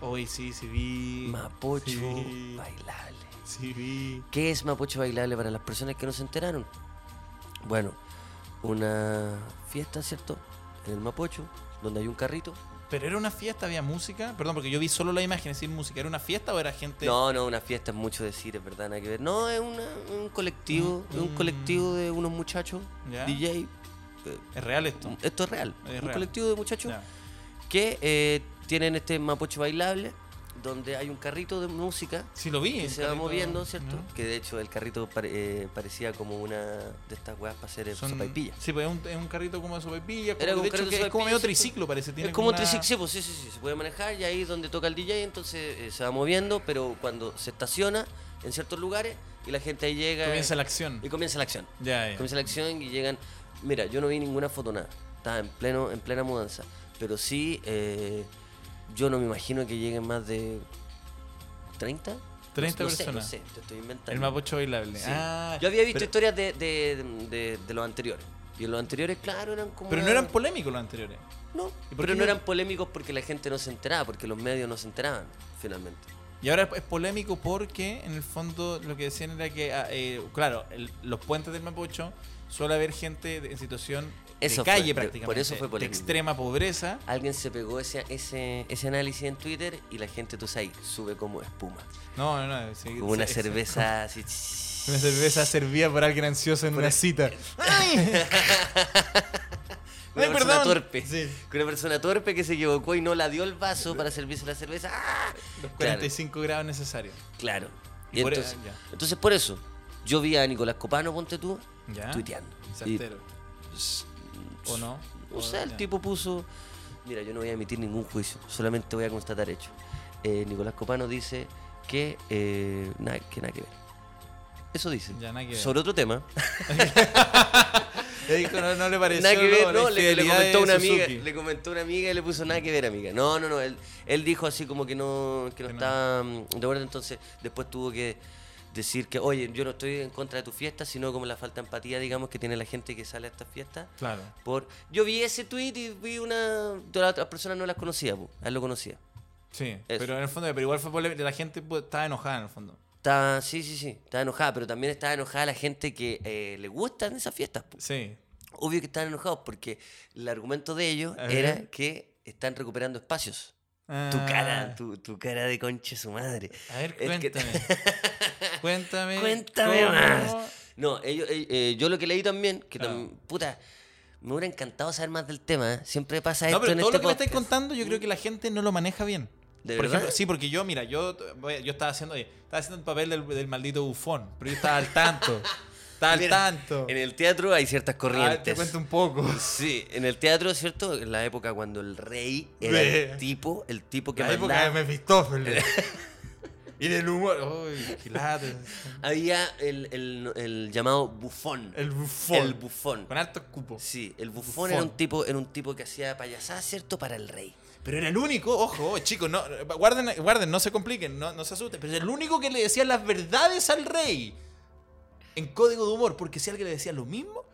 [SPEAKER 2] Hoy sí, sí vi.
[SPEAKER 1] Mapocho
[SPEAKER 2] Sí,
[SPEAKER 1] bailable.
[SPEAKER 2] sí vi.
[SPEAKER 1] ¿Qué es Mapocho bailable para las personas que no se enteraron? Bueno, una fiesta, ¿cierto? En el Mapocho, donde hay un carrito.
[SPEAKER 2] Pero era una fiesta, había música. Perdón, porque yo vi solo la imagen sin música. ¿Era una fiesta o era gente.?
[SPEAKER 1] No, no, una fiesta es mucho decir, es verdad, nada que ver. No, es una- un colectivo, es un
[SPEAKER 2] Mm.
[SPEAKER 1] colectivo de unos muchachos,
[SPEAKER 2] Ya.
[SPEAKER 1] DJ. eh,
[SPEAKER 2] ¿Es real esto?
[SPEAKER 1] Esto es real.
[SPEAKER 2] Es
[SPEAKER 1] un
[SPEAKER 2] real.
[SPEAKER 1] colectivo de muchachos
[SPEAKER 2] Ya.
[SPEAKER 1] que eh, tienen este mapocho bailable, donde hay un carrito de música
[SPEAKER 2] Sí, lo vi.
[SPEAKER 1] que
[SPEAKER 2] el
[SPEAKER 1] se va
[SPEAKER 2] carrito,
[SPEAKER 1] moviendo, ¿cierto?
[SPEAKER 2] ¿no?
[SPEAKER 1] Que de hecho el carrito pare- eh, parecía como una de estas weas para hacer
[SPEAKER 2] Son-
[SPEAKER 1] sopaipilla.
[SPEAKER 2] Sí, pues es un, es un carrito como de sopaipilla.
[SPEAKER 1] Era
[SPEAKER 2] como,
[SPEAKER 1] un
[SPEAKER 2] de hecho,
[SPEAKER 1] carrito
[SPEAKER 2] que
[SPEAKER 1] de
[SPEAKER 2] es como medio
[SPEAKER 1] sopaipilla, sí.
[SPEAKER 2] triciclo, parece. Tiene
[SPEAKER 1] Es como un
[SPEAKER 2] una-
[SPEAKER 1] triciclo, pues, sí, sí, sí, se puede manejar y ahí es donde toca el DJ, entonces eh, se va moviendo, pero cuando se estaciona en ciertos lugares y la gente ahí llega...
[SPEAKER 2] Comienza
[SPEAKER 1] eh,
[SPEAKER 2] la acción.
[SPEAKER 1] Y comienza la acción.
[SPEAKER 2] Ya, ya.
[SPEAKER 1] Comienza la acción y llegan. Mira, yo no vi ninguna foto, nada. Estaba en, pleno, en plena mudanza. Pero sí, eh, yo no me imagino que lleguen más de 30.
[SPEAKER 2] 30
[SPEAKER 1] No sé,
[SPEAKER 2] personas.
[SPEAKER 1] no sé, te estoy inventando.
[SPEAKER 2] El mapocho bailable.
[SPEAKER 1] Sí.
[SPEAKER 2] Ah,
[SPEAKER 1] yo había visto
[SPEAKER 2] pero,
[SPEAKER 1] historias de, de, de- de los anteriores. Y en los anteriores, claro, eran como.
[SPEAKER 2] pero no eran polémicos los anteriores.
[SPEAKER 1] No,
[SPEAKER 2] ¿Y por
[SPEAKER 1] pero
[SPEAKER 2] qué
[SPEAKER 1] no
[SPEAKER 2] no-
[SPEAKER 1] eran polémicos porque la gente no se enteraba, porque los medios no se enteraban, finalmente.
[SPEAKER 2] Y ahora es polémico porque, en el fondo, lo que decían era que, ah, eh, claro, el- los puentes del Mapocho suele haber gente de- en situación
[SPEAKER 1] Eso fue,
[SPEAKER 2] de calle
[SPEAKER 1] de-
[SPEAKER 2] prácticamente.
[SPEAKER 1] por eso fue
[SPEAKER 2] De
[SPEAKER 1] polémico.
[SPEAKER 2] extrema pobreza.
[SPEAKER 1] Alguien se pegó ese, ese, ese análisis en Twitter y la gente, tú sabes, sube como espuma.
[SPEAKER 2] No, no, no. sí,
[SPEAKER 1] Como una
[SPEAKER 2] sí, sí.
[SPEAKER 1] cerveza así. tss.
[SPEAKER 2] Una cerveza servida por alguien ansioso en una cita. ¡Ay!
[SPEAKER 1] Una
[SPEAKER 2] Ay,
[SPEAKER 1] persona
[SPEAKER 2] perdón.
[SPEAKER 1] torpe.
[SPEAKER 2] Sí.
[SPEAKER 1] Una persona torpe que se equivocó y no la dio el vaso para servirse la cerveza. ¡Ah!
[SPEAKER 2] Los
[SPEAKER 1] Claro.
[SPEAKER 2] 45 grados necesarios.
[SPEAKER 1] Claro.
[SPEAKER 2] Y
[SPEAKER 1] Y
[SPEAKER 2] por- e- ah,
[SPEAKER 1] entonces,
[SPEAKER 2] ya.
[SPEAKER 1] entonces por eso, yo vi a Nicolás Copano, ponte tú,
[SPEAKER 2] ¿Ya?
[SPEAKER 1] tuiteando. Y,
[SPEAKER 2] Sartero. ¿O no?
[SPEAKER 1] o
[SPEAKER 2] O-
[SPEAKER 1] sea, el
[SPEAKER 2] Ah, ya.
[SPEAKER 1] tipo puso, mira, yo no voy a emitir ningún juicio, solamente voy a constatar hechos. Eh, Nicolás Copano dice que, eh, nada, que nada que ver. Eso dice.
[SPEAKER 2] Ya, nada que ver.
[SPEAKER 1] Sobre otro tema.
[SPEAKER 2] Le dijo, no, no le pareció.
[SPEAKER 1] Nada que ver,
[SPEAKER 2] la
[SPEAKER 1] no, le, le
[SPEAKER 2] infidelidad
[SPEAKER 1] comentó
[SPEAKER 2] de
[SPEAKER 1] una amiga,
[SPEAKER 2] Suzuki.
[SPEAKER 1] le comentó una amiga y le puso nada que ver, amiga. No, no, no, él, él dijo así como que no, que no
[SPEAKER 2] Que no.
[SPEAKER 1] estaba mm, de acuerdo, entonces después tuvo que decir que, oye, yo no estoy en contra de tu fiesta, sino como la falta de empatía, digamos, que tiene la gente que sale a estas fiestas.
[SPEAKER 2] Claro.
[SPEAKER 1] Por... Yo vi ese tweet y vi una... de las otras personas no las conocía, po, a él lo conocía.
[SPEAKER 2] Sí, pero en el fondo, pero igual fue polémico. La gente pues, estaba enojada en el fondo.
[SPEAKER 1] Está, sí, sí, sí, está enojada, pero también está enojada la gente que eh, le gustan esas fiestas. po.
[SPEAKER 2] Sí.
[SPEAKER 1] Obvio que están enojados porque el argumento de ellos
[SPEAKER 2] A
[SPEAKER 1] era
[SPEAKER 2] ver.
[SPEAKER 1] que están recuperando espacios.
[SPEAKER 2] Ah.
[SPEAKER 1] Tu cara, tu, tu cara de conche su madre.
[SPEAKER 2] A ver,
[SPEAKER 1] Es que-
[SPEAKER 2] cuéntame. cuéntame.
[SPEAKER 1] Cuéntame
[SPEAKER 2] cómo- Ah.
[SPEAKER 1] más. No, ellos, eh, eh, yo lo que leí también, que tam- puta, me hubiera encantado saber más del tema. ¿eh? Siempre pasa
[SPEAKER 2] No,
[SPEAKER 1] esto
[SPEAKER 2] pero
[SPEAKER 1] en
[SPEAKER 2] todo
[SPEAKER 1] este
[SPEAKER 2] lo que me estáis
[SPEAKER 1] podcast.
[SPEAKER 2] contando, yo creo que la gente no lo maneja bien.
[SPEAKER 1] ¿De
[SPEAKER 2] Por
[SPEAKER 1] verdad?
[SPEAKER 2] ejemplo, sí, porque yo, mira, yo, voy- yo estaba haciendo, oye, estaba haciendo el papel del, del maldito bufón, pero yo estaba al tanto. estaba al
[SPEAKER 1] Mira,
[SPEAKER 2] tanto.
[SPEAKER 1] En el teatro hay ciertas
[SPEAKER 2] Ah, te
[SPEAKER 1] corrientes.
[SPEAKER 2] cuento un poco.
[SPEAKER 1] Sí, en el teatro, ¿cierto? En la época cuando el rey era
[SPEAKER 2] Ve.
[SPEAKER 1] el tipo, el tipo que
[SPEAKER 2] La época de
[SPEAKER 1] mandaba.
[SPEAKER 2] Mephistófeles. y del humor. Uy, qué lata.
[SPEAKER 1] Había el, el- el llamado bufón.
[SPEAKER 2] El bufón.
[SPEAKER 1] El bufón.
[SPEAKER 2] Con altos cupos.
[SPEAKER 1] Sí, el bufón, Era, un
[SPEAKER 2] Bufón.
[SPEAKER 1] tipo, era un tipo que hacía payasadas, ¿cierto? Para el rey.
[SPEAKER 2] Pero era el único, ojo, oh, chicos, no, guarden, guarden, no se compliquen, no, no se asusten, pero era el único que le decía las verdades al rey. en código de humor, porque si alguien le decía lo mismo,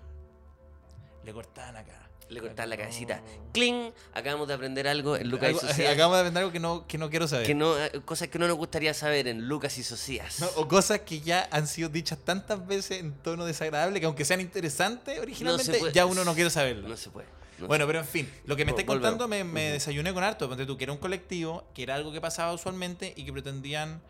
[SPEAKER 2] le cortaban acá.
[SPEAKER 1] Le cortaban la cabecita. ¡Cling! Acabamos de aprender algo en Lucas
[SPEAKER 2] Algo-
[SPEAKER 1] y Socias.
[SPEAKER 2] Acabamos de aprender algo que no, que no quiero saber.
[SPEAKER 1] Que no, eh, cosas que no nos gustaría saber en Lucas y Socias.
[SPEAKER 2] No, o cosas que ya han sido dichas tantas veces en tono desagradable que aunque sean interesantes originalmente,
[SPEAKER 1] se puede.
[SPEAKER 2] ya uno no quiere saberlo.
[SPEAKER 1] No se puede. no
[SPEAKER 2] Bueno, pero en fin, lo que me
[SPEAKER 1] Vol-
[SPEAKER 2] estáis
[SPEAKER 1] volvemos.
[SPEAKER 2] contando me, me
[SPEAKER 1] Ujú.
[SPEAKER 2] desayuné con harto. Ponte tú que era un colectivo, que era algo que pasaba usualmente y que pretendían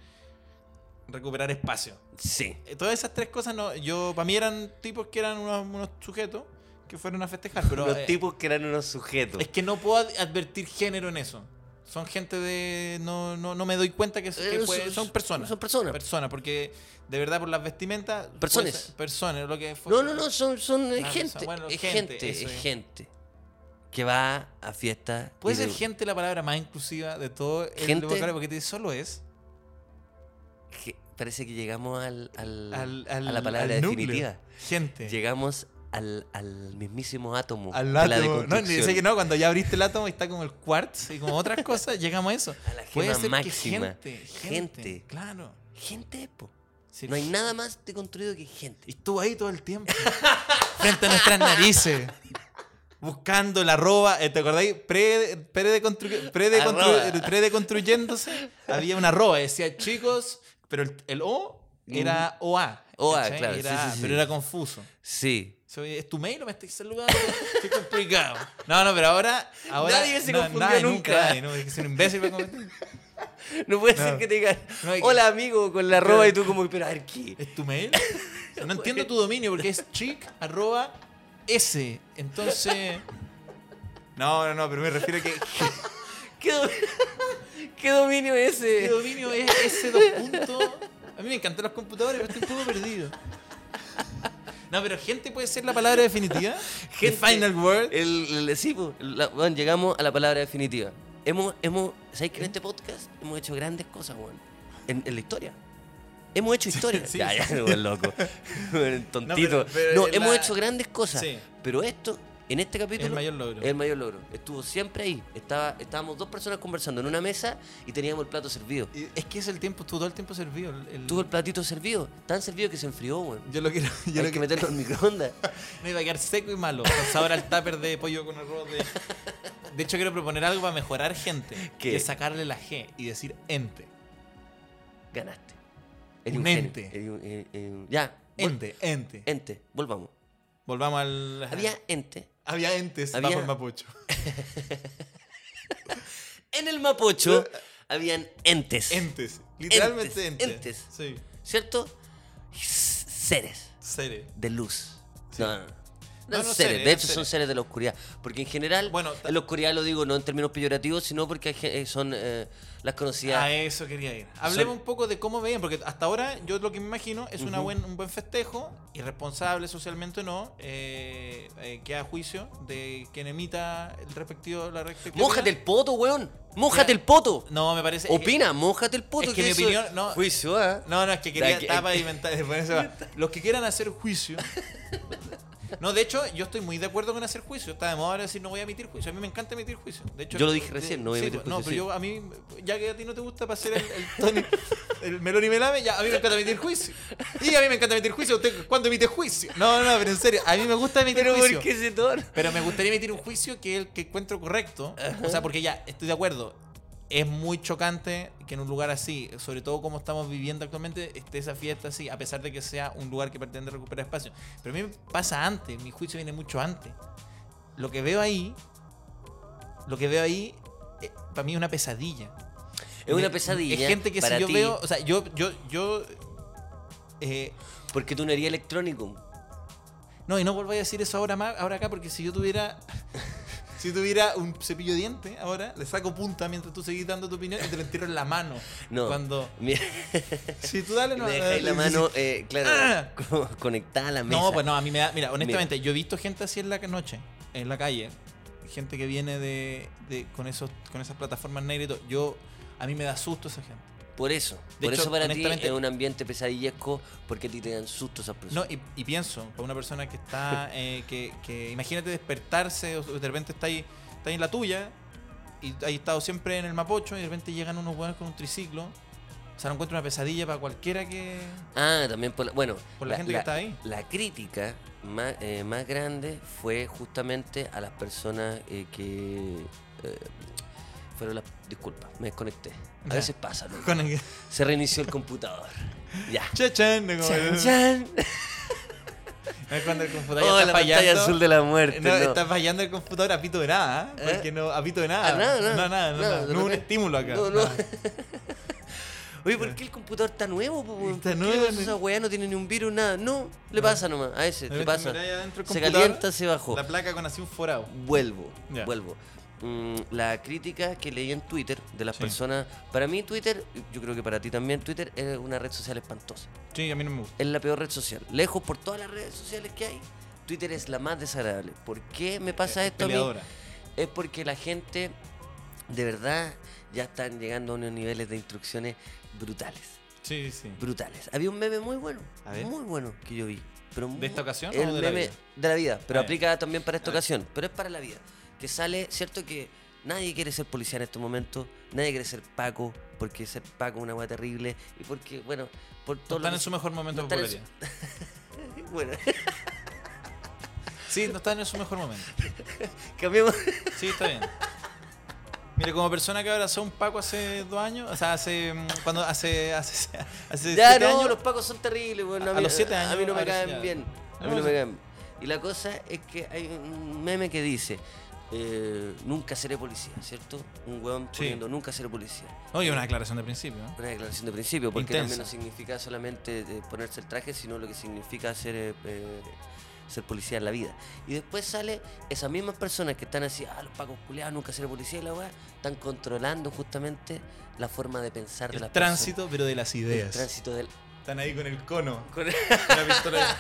[SPEAKER 2] recuperar espacio.
[SPEAKER 1] se- Sí.
[SPEAKER 2] Eh, Todas esas tres cosas, no, yo para mí eran tipos que eran unos, unos sujetos que fueron a festejar, pero
[SPEAKER 1] Los
[SPEAKER 2] eh,
[SPEAKER 1] tipos que eran unos sujetos.
[SPEAKER 2] es que no puedo ad- advertir género en eso. Son gente de. No, no, no me doy cuenta que, que
[SPEAKER 1] Eh,
[SPEAKER 2] fue- son personas.
[SPEAKER 1] Son personas.
[SPEAKER 2] Personas, porque de verdad por las vestimentas. puede
[SPEAKER 1] Personas.
[SPEAKER 2] ser- Personas, lo que fue.
[SPEAKER 1] No, no, no, son, son eh,
[SPEAKER 2] Ah,
[SPEAKER 1] gente,
[SPEAKER 2] son- bueno,
[SPEAKER 1] es
[SPEAKER 2] gente,
[SPEAKER 1] gente,
[SPEAKER 2] eso
[SPEAKER 1] es
[SPEAKER 2] es.
[SPEAKER 1] gente que va a fiestas. y
[SPEAKER 2] ¿Puede ser
[SPEAKER 1] de-
[SPEAKER 2] gente la palabra más inclusiva de todo el
[SPEAKER 1] Gente.
[SPEAKER 2] vocabulario? Porque te- solo es.
[SPEAKER 1] que- Parece que llegamos al, al-
[SPEAKER 2] Al,
[SPEAKER 1] a
[SPEAKER 2] al-
[SPEAKER 1] la palabra
[SPEAKER 2] al núcleo.
[SPEAKER 1] definitiva.
[SPEAKER 2] Gente.
[SPEAKER 1] Llegamos al, al mismísimo átomo
[SPEAKER 2] al
[SPEAKER 1] de la
[SPEAKER 2] átomo. No, ni
[SPEAKER 1] deconstrucción.
[SPEAKER 2] sé que no, cuando ya abriste el átomo y está como el quartz y como otras cosas, llegamos a eso.
[SPEAKER 1] A la
[SPEAKER 2] Puede
[SPEAKER 1] gema
[SPEAKER 2] ser
[SPEAKER 1] máxima.
[SPEAKER 2] que gente, gente.
[SPEAKER 1] Gente.
[SPEAKER 2] Claro.
[SPEAKER 1] Gente, po.
[SPEAKER 2] Sí.
[SPEAKER 1] No hay nada más deconstruido que gente.
[SPEAKER 2] Y estuvo ahí todo el tiempo. frente a nuestras narices. Buscando la arroba, eh, ¿te acordáis? Pre- predeconstru- predeconstru-
[SPEAKER 1] Arroba.
[SPEAKER 2] Predeconstruyéndose, había una arroba, decía chicos, pero el, el O era OA.
[SPEAKER 1] OA,
[SPEAKER 2] ¿cachai?
[SPEAKER 1] claro,
[SPEAKER 2] Era
[SPEAKER 1] sí, sí,
[SPEAKER 2] A,
[SPEAKER 1] sí.
[SPEAKER 2] Pero era confuso.
[SPEAKER 1] Sí.
[SPEAKER 2] Se oye, ¿Es tu mail o me estáis saludando? Qué complicado. No, no, pero ahora. ahora
[SPEAKER 1] Nadie se confundió
[SPEAKER 2] nadie,
[SPEAKER 1] nunca.
[SPEAKER 2] nadie, no, es que soy un imbécil para confundir.
[SPEAKER 1] No puede
[SPEAKER 2] No.
[SPEAKER 1] ser que te digan,
[SPEAKER 2] No hay que-
[SPEAKER 1] hola amigo, con la
[SPEAKER 2] Claro.
[SPEAKER 1] arroba y tú como, pero a ver qué.
[SPEAKER 2] ¿Es tu mail? No entiendo tu dominio porque es chic arroba s. Entonces. No, no, no, pero me refiero a que. que-
[SPEAKER 1] ¿Qué, do- qué dominio es
[SPEAKER 2] ¿Qué
[SPEAKER 1] ese?
[SPEAKER 2] dominio es ese dos puntos? A mí me encantan los computadores, pero estoy un poco perdido. No, pero gente puede ser la palabra definitiva. The
[SPEAKER 1] Gente.
[SPEAKER 2] final word.
[SPEAKER 1] El, el- sí, po, la- bueno, llegamos a la palabra definitiva. Hemos, hemos, ¿sabéis que en este podcast hemos hecho grandes cosas, weón? En, en la historia. Hemos hecho historia.
[SPEAKER 2] sí,
[SPEAKER 1] ya, ya,
[SPEAKER 2] sí.
[SPEAKER 1] weón, loco. Weón, Tontito.
[SPEAKER 2] No,
[SPEAKER 1] No,
[SPEAKER 2] pero- pero en
[SPEAKER 1] hemos
[SPEAKER 2] la-
[SPEAKER 1] hecho grandes cosas.
[SPEAKER 2] Sí.
[SPEAKER 1] Pero esto, en este capítulo.
[SPEAKER 2] El mayor logro.
[SPEAKER 1] es el mayor logro. Estuvo siempre ahí. Estaba, estábamos dos personas conversando en una mesa y teníamos el plato servido.
[SPEAKER 2] Y Es que es el tiempo, estuvo todo el tiempo servido. el- el-
[SPEAKER 1] Tuvo el platito servido. Tan servido que se enfrió, weón.
[SPEAKER 2] Yo lo quiero. Yo
[SPEAKER 1] Hay
[SPEAKER 2] lo
[SPEAKER 1] que
[SPEAKER 2] quiero-
[SPEAKER 1] meterlo en microondas.
[SPEAKER 2] Me iba a quedar seco y malo. Pues ahora el tupper de pollo con arroz de. De hecho, quiero proponer algo para mejorar gente.
[SPEAKER 1] ¿Qué?
[SPEAKER 2] Que es sacarle la G y decir ente.
[SPEAKER 1] Ganaste.
[SPEAKER 2] Un
[SPEAKER 1] genio.
[SPEAKER 2] ente.
[SPEAKER 1] Eres un- eh, eh, ya. vol-
[SPEAKER 2] Ente, ente.
[SPEAKER 1] Ente. Volvamos.
[SPEAKER 2] Volvamos al.
[SPEAKER 1] Había ente.
[SPEAKER 2] Había entes
[SPEAKER 1] Había-
[SPEAKER 2] bajo el mapucho.
[SPEAKER 1] En el Mapocho
[SPEAKER 2] Eh,
[SPEAKER 1] habían entes.
[SPEAKER 2] Entes. Literalmente entes.
[SPEAKER 1] Entes, entes.
[SPEAKER 2] Sí.
[SPEAKER 1] ¿Cierto? S- Seres
[SPEAKER 2] Seres.
[SPEAKER 1] de luz. No, no, no. Eran
[SPEAKER 2] no,
[SPEAKER 1] seres,
[SPEAKER 2] seres,
[SPEAKER 1] de
[SPEAKER 2] eran
[SPEAKER 1] hecho son
[SPEAKER 2] seres.
[SPEAKER 1] seres de la oscuridad. Porque en general,
[SPEAKER 2] Bueno,
[SPEAKER 1] bueno,
[SPEAKER 2] ta-
[SPEAKER 1] la oscuridad lo digo no en términos peyorativos, sino porque hay gen- eh, son eh, las conocidas.
[SPEAKER 2] A eso quería ir. Hablemos un poco de cómo veían, porque hasta ahora yo lo que me imagino es una buen, un buen festejo, irresponsable socialmente o no, eh, eh, queda a juicio de quien emita el respectivo, la respectiva.
[SPEAKER 1] ¡Mójate el poto, weón! ¡Mójate
[SPEAKER 2] Mira,
[SPEAKER 1] el poto!
[SPEAKER 2] No, me parece. es que-
[SPEAKER 1] Opina, mójate el poto.
[SPEAKER 2] es que mi
[SPEAKER 1] eso
[SPEAKER 2] opinión- no.
[SPEAKER 1] Juicio, ¿ah?
[SPEAKER 2] No, no, es que quería
[SPEAKER 1] Aquí-
[SPEAKER 2] estaba pavimentada, por eso va. Los que quieran hacer juicio. No, de hecho, yo estoy muy de acuerdo con hacer juicio. Está de moda ahora decir no voy a emitir juicio. A mí me encanta emitir juicio. De hecho,
[SPEAKER 1] Yo lo dije
[SPEAKER 2] de-
[SPEAKER 1] recién, no voy a
[SPEAKER 2] sí, pues,
[SPEAKER 1] emitir
[SPEAKER 2] No,
[SPEAKER 1] juicio,
[SPEAKER 2] pero
[SPEAKER 1] sí.
[SPEAKER 2] yo a mí, ya que a ti no te gusta pasar el, el Tony, el melón y melame, ya a mí me encanta emitir juicio. Y a mí me encanta emitir juicio. ¿Usted cuándo emite juicio? No, no, pero en serio, a mí me gusta emitir
[SPEAKER 1] Pero
[SPEAKER 2] juicio.
[SPEAKER 1] ¿por qué se torna?
[SPEAKER 2] Pero me gustaría emitir un juicio que es el que encuentro correcto. O sea, porque ya, estoy de acuerdo. Es muy chocante que en un lugar así, sobre todo como estamos viviendo actualmente, esté esa fiesta así, a pesar de que sea un lugar que pretende recuperar espacio. Pero a mí me pasa antes, mi juicio viene mucho antes. Lo que veo ahí, lo que veo ahí, eh, para mí es una pesadilla.
[SPEAKER 1] Es una
[SPEAKER 2] Me-
[SPEAKER 1] pesadilla.
[SPEAKER 2] Es gente que
[SPEAKER 1] para
[SPEAKER 2] si yo
[SPEAKER 1] ti,
[SPEAKER 2] veo, o sea, yo, yo, yo... eh,
[SPEAKER 1] Porque tú no harías electrónico.
[SPEAKER 2] no, y no volváis a decir eso ahora más, ahora acá, porque si yo tuviera. Si tuviera un cepillo de diente ahora, le saco punta mientras tú seguís dando tu opinión y te lo entierro en la mano.
[SPEAKER 1] No.
[SPEAKER 2] Cuando.
[SPEAKER 1] Mira,
[SPEAKER 2] Si tú dale, no.
[SPEAKER 1] me dejáis la
[SPEAKER 2] sí,
[SPEAKER 1] mano,
[SPEAKER 2] sí.
[SPEAKER 1] eh, claro,
[SPEAKER 2] ¡Ah!
[SPEAKER 1] como conectada a la mesa.
[SPEAKER 2] No, pues no, a mí me da. Mira, honestamente, yo he visto gente así en la noche, en la calle. Gente que viene de. de- con, esos, con esas plataformas negras y todo. Yo. A mí me da susto esa gente.
[SPEAKER 1] Por eso.
[SPEAKER 2] De
[SPEAKER 1] por
[SPEAKER 2] hecho,
[SPEAKER 1] eso para ti
[SPEAKER 2] honestamente-
[SPEAKER 1] es un ambiente pesadillesco porque a ti te dan susto esas
[SPEAKER 2] No,
[SPEAKER 1] personas.
[SPEAKER 2] y, y pienso, para una persona que está, eh, que, que imagínate despertarse, o de repente está ahí, está ahí en la tuya, y has estado siempre en el Mapocho, y de repente llegan unos hueones con un triciclo, O sea, no encuentro una pesadilla para cualquiera que.
[SPEAKER 1] Ah, también por la, bueno,
[SPEAKER 2] Por la gente que está ahí.
[SPEAKER 1] La crítica más, eh, más grande fue justamente a las personas eh, que eh, fueron las. Disculpa, me desconecté. A
[SPEAKER 2] Ya.
[SPEAKER 1] veces pasa, loco.
[SPEAKER 2] Con el...
[SPEAKER 1] Se reinició el computador. Ya.
[SPEAKER 2] Che, chen, como-
[SPEAKER 1] Chan, chan.
[SPEAKER 2] Es cuando el computador ya
[SPEAKER 1] Oh,
[SPEAKER 2] está
[SPEAKER 1] la pantalla
[SPEAKER 2] fallando.
[SPEAKER 1] azul de la muerte.
[SPEAKER 2] No,
[SPEAKER 1] no.
[SPEAKER 2] está fallando el computador a pito de nada, ¿eh?
[SPEAKER 1] ¿Eh?
[SPEAKER 2] Porque no, a pito de
[SPEAKER 1] Ah,
[SPEAKER 2] nada.
[SPEAKER 1] nada, nada.
[SPEAKER 2] No, nada, no,
[SPEAKER 1] nada,
[SPEAKER 2] nada.
[SPEAKER 1] de
[SPEAKER 2] No hubo un
[SPEAKER 1] repente-
[SPEAKER 2] estímulo acá.
[SPEAKER 1] No, no.
[SPEAKER 2] Nada.
[SPEAKER 1] Oye, ¿por qué el computador está nuevo? po, weón?
[SPEAKER 2] Está
[SPEAKER 1] ¿Por qué
[SPEAKER 2] nuevo, Ah.
[SPEAKER 1] Esa
[SPEAKER 2] ¿no?
[SPEAKER 1] weá no tiene ni un virus, nada. No, le pasa nomás. A ese,
[SPEAKER 2] De
[SPEAKER 1] le
[SPEAKER 2] repente
[SPEAKER 1] pasa.
[SPEAKER 2] miráis adentro del
[SPEAKER 1] Se
[SPEAKER 2] computador,
[SPEAKER 1] calienta, se bajó.
[SPEAKER 2] La placa con así un forado.
[SPEAKER 1] Vuelvo,
[SPEAKER 2] Ya.
[SPEAKER 1] vuelvo. Mm, la crítica que leí en Twitter de las
[SPEAKER 2] Sí.
[SPEAKER 1] personas. Para mí, Twitter, yo creo que para ti también, Twitter es una red social espantosa.
[SPEAKER 2] Sí, a mí no me gusta.
[SPEAKER 1] Es la peor red social. Lejos por todas las redes sociales que hay, Twitter es la más desagradable. ¿Por qué me pasa
[SPEAKER 2] Es
[SPEAKER 1] esto a mí?
[SPEAKER 2] Eh, peleadora.
[SPEAKER 1] es porque la gente de verdad ya están llegando a unos niveles de instrucciones brutales.
[SPEAKER 2] Sí, sí.
[SPEAKER 1] Brutales. Había un meme muy bueno,
[SPEAKER 2] A ver.
[SPEAKER 1] muy bueno que yo vi. Pero muy-
[SPEAKER 2] esta ocasión
[SPEAKER 1] el
[SPEAKER 2] o de la
[SPEAKER 1] meme
[SPEAKER 2] vida?
[SPEAKER 1] de la vida, pero
[SPEAKER 2] Ah, ya.
[SPEAKER 1] aplica también para esta ocasión, pero es para la vida. Que sale, cierto que nadie quiere ser policía en este momento, nadie quiere ser Paco, porque ser Paco es una hueá terrible y porque, bueno, por
[SPEAKER 2] No
[SPEAKER 1] todo lo
[SPEAKER 2] Pues están
[SPEAKER 1] que-
[SPEAKER 2] en su mejor momento
[SPEAKER 1] no
[SPEAKER 2] de
[SPEAKER 1] están en su-
[SPEAKER 2] popularidad.
[SPEAKER 1] Bueno,
[SPEAKER 2] Sí, no están en su mejor momento.
[SPEAKER 1] cambiamos.
[SPEAKER 2] Sí, está bien. Mire, como persona que abrazó a un Paco hace dos años, o sea, hace. mm, cuando Hace. Hace, hace
[SPEAKER 1] Ya
[SPEAKER 2] siete
[SPEAKER 1] no,
[SPEAKER 2] años.
[SPEAKER 1] los pacos son terribles, weón.
[SPEAKER 2] A
[SPEAKER 1] mí-
[SPEAKER 2] los siete
[SPEAKER 1] A mí
[SPEAKER 2] años,
[SPEAKER 1] no me
[SPEAKER 2] ahora sí,
[SPEAKER 1] caen
[SPEAKER 2] ya.
[SPEAKER 1] bien. A mí
[SPEAKER 2] No,
[SPEAKER 1] no
[SPEAKER 2] sí.
[SPEAKER 1] me caen bien. Y la cosa es que hay un meme que dice, eh, nunca seré policía, ¿cierto? Un weón
[SPEAKER 2] Sí.
[SPEAKER 1] poniendo, nunca seré policía.
[SPEAKER 2] Oye, una declaración de principio. ¿eh? ¿no?
[SPEAKER 1] Una declaración de principio, porque
[SPEAKER 2] Intensa.
[SPEAKER 1] también no significa solamente eh, ponerse el traje, sino lo que significa ser, eh, eh, ser policía en la vida. Y después sale esas mismas personas que están así, ah, los pacos culiados, nunca seré policía y la weá, están controlando justamente la forma de pensar de
[SPEAKER 2] El
[SPEAKER 1] las
[SPEAKER 2] tránsito, pero de las
[SPEAKER 1] personas. El
[SPEAKER 2] ideas.
[SPEAKER 1] tránsito del...
[SPEAKER 2] Están ahí con el cono.
[SPEAKER 1] con-
[SPEAKER 2] La pistola.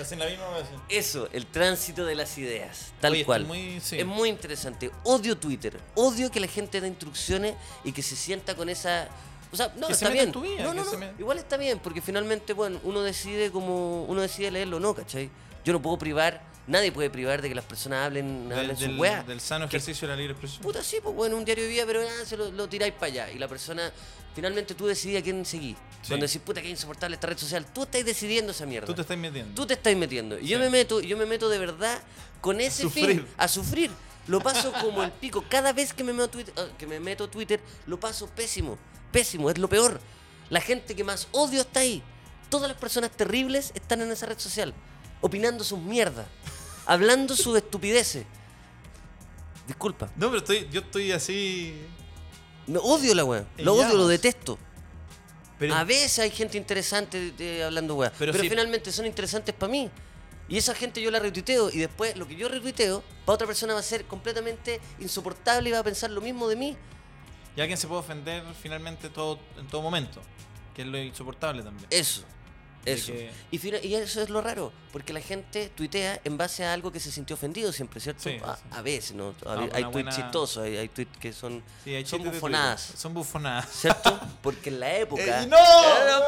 [SPEAKER 2] Hacen la misma cosa.
[SPEAKER 1] Eso, el tránsito de las ideas, tal
[SPEAKER 2] Oye,
[SPEAKER 1] cual.
[SPEAKER 2] Es muy, sí.
[SPEAKER 1] Es muy interesante. Odio Twitter. Odio que la gente dé instrucciones y que se sienta con esa. O sea, no,
[SPEAKER 2] Que se
[SPEAKER 1] está
[SPEAKER 2] meta
[SPEAKER 1] bien.
[SPEAKER 2] en tu vida,
[SPEAKER 1] no, no,
[SPEAKER 2] que
[SPEAKER 1] no.
[SPEAKER 2] se me-
[SPEAKER 1] Igual está bien, porque finalmente, bueno, uno decide como. uno decide leerlo o no, ¿cachai? Yo no puedo privar, nadie puede privar de que las personas hablen,
[SPEAKER 2] Del-
[SPEAKER 1] hablen
[SPEAKER 2] del,
[SPEAKER 1] su weá.
[SPEAKER 2] del sano
[SPEAKER 1] Que-
[SPEAKER 2] ejercicio de la libre expresión.
[SPEAKER 1] Puta, sí, pues bueno, un diario de vida, pero nada, se lo, lo tiráis para allá. Y la persona, finalmente tú decidís a quién seguís.
[SPEAKER 2] Sí.
[SPEAKER 1] Cuando decís, puta, que insoportable esta red social, tú estás decidiendo esa mierda
[SPEAKER 2] Tú te estás metiendo.
[SPEAKER 1] tú te estás metiendo. Y yo me meto, yo me meto de verdad con ese
[SPEAKER 2] sufrir.
[SPEAKER 1] fin, a sufrir. Lo paso como el pico. Cada vez que me meto a Twitter, ah, que me meto a Twitter, lo paso pésimo. Pésimo, es lo peor. La gente que más odio está ahí. Todas las personas terribles están en esa red social, opinando sus mierdas, hablando sus estupideces. Disculpa.
[SPEAKER 2] No, pero estoy, yo estoy así.
[SPEAKER 1] Me odio la weá.
[SPEAKER 2] En
[SPEAKER 1] Lo odio, lo
[SPEAKER 2] llamas.
[SPEAKER 1] detesto.
[SPEAKER 2] Pero,
[SPEAKER 1] A veces hay gente interesante de- de- hablando weá. Pero,
[SPEAKER 2] Pero si-
[SPEAKER 1] finalmente son interesantes para mí. Y esa gente yo la retuiteo y después lo que yo retuiteo para otra persona va a ser completamente insoportable y va a pensar lo mismo de mí.
[SPEAKER 2] y alguien se puede ofender finalmente todo, en todo momento. Que es lo insoportable también.
[SPEAKER 1] Eso.
[SPEAKER 2] De
[SPEAKER 1] Eso.
[SPEAKER 2] que-
[SPEAKER 1] Y, fina- y eso es lo raro, porque la gente tuitea en base a algo que se sintió ofendido siempre, ¿cierto?
[SPEAKER 2] Sí,
[SPEAKER 1] a,
[SPEAKER 2] sí.
[SPEAKER 1] a veces, ¿no? A-
[SPEAKER 2] No,
[SPEAKER 1] hay
[SPEAKER 2] una
[SPEAKER 1] tweets
[SPEAKER 2] buena-
[SPEAKER 1] chistosos, hay, hay tweets que son,
[SPEAKER 2] Sí, hay
[SPEAKER 1] son
[SPEAKER 2] chistes de
[SPEAKER 1] bufonadas,
[SPEAKER 2] Twitter. Son bufonadas.
[SPEAKER 1] ¿cierto? Porque en la época...
[SPEAKER 2] ¡Eh, ¡No!
[SPEAKER 1] ¡Eh,
[SPEAKER 2] ¡No,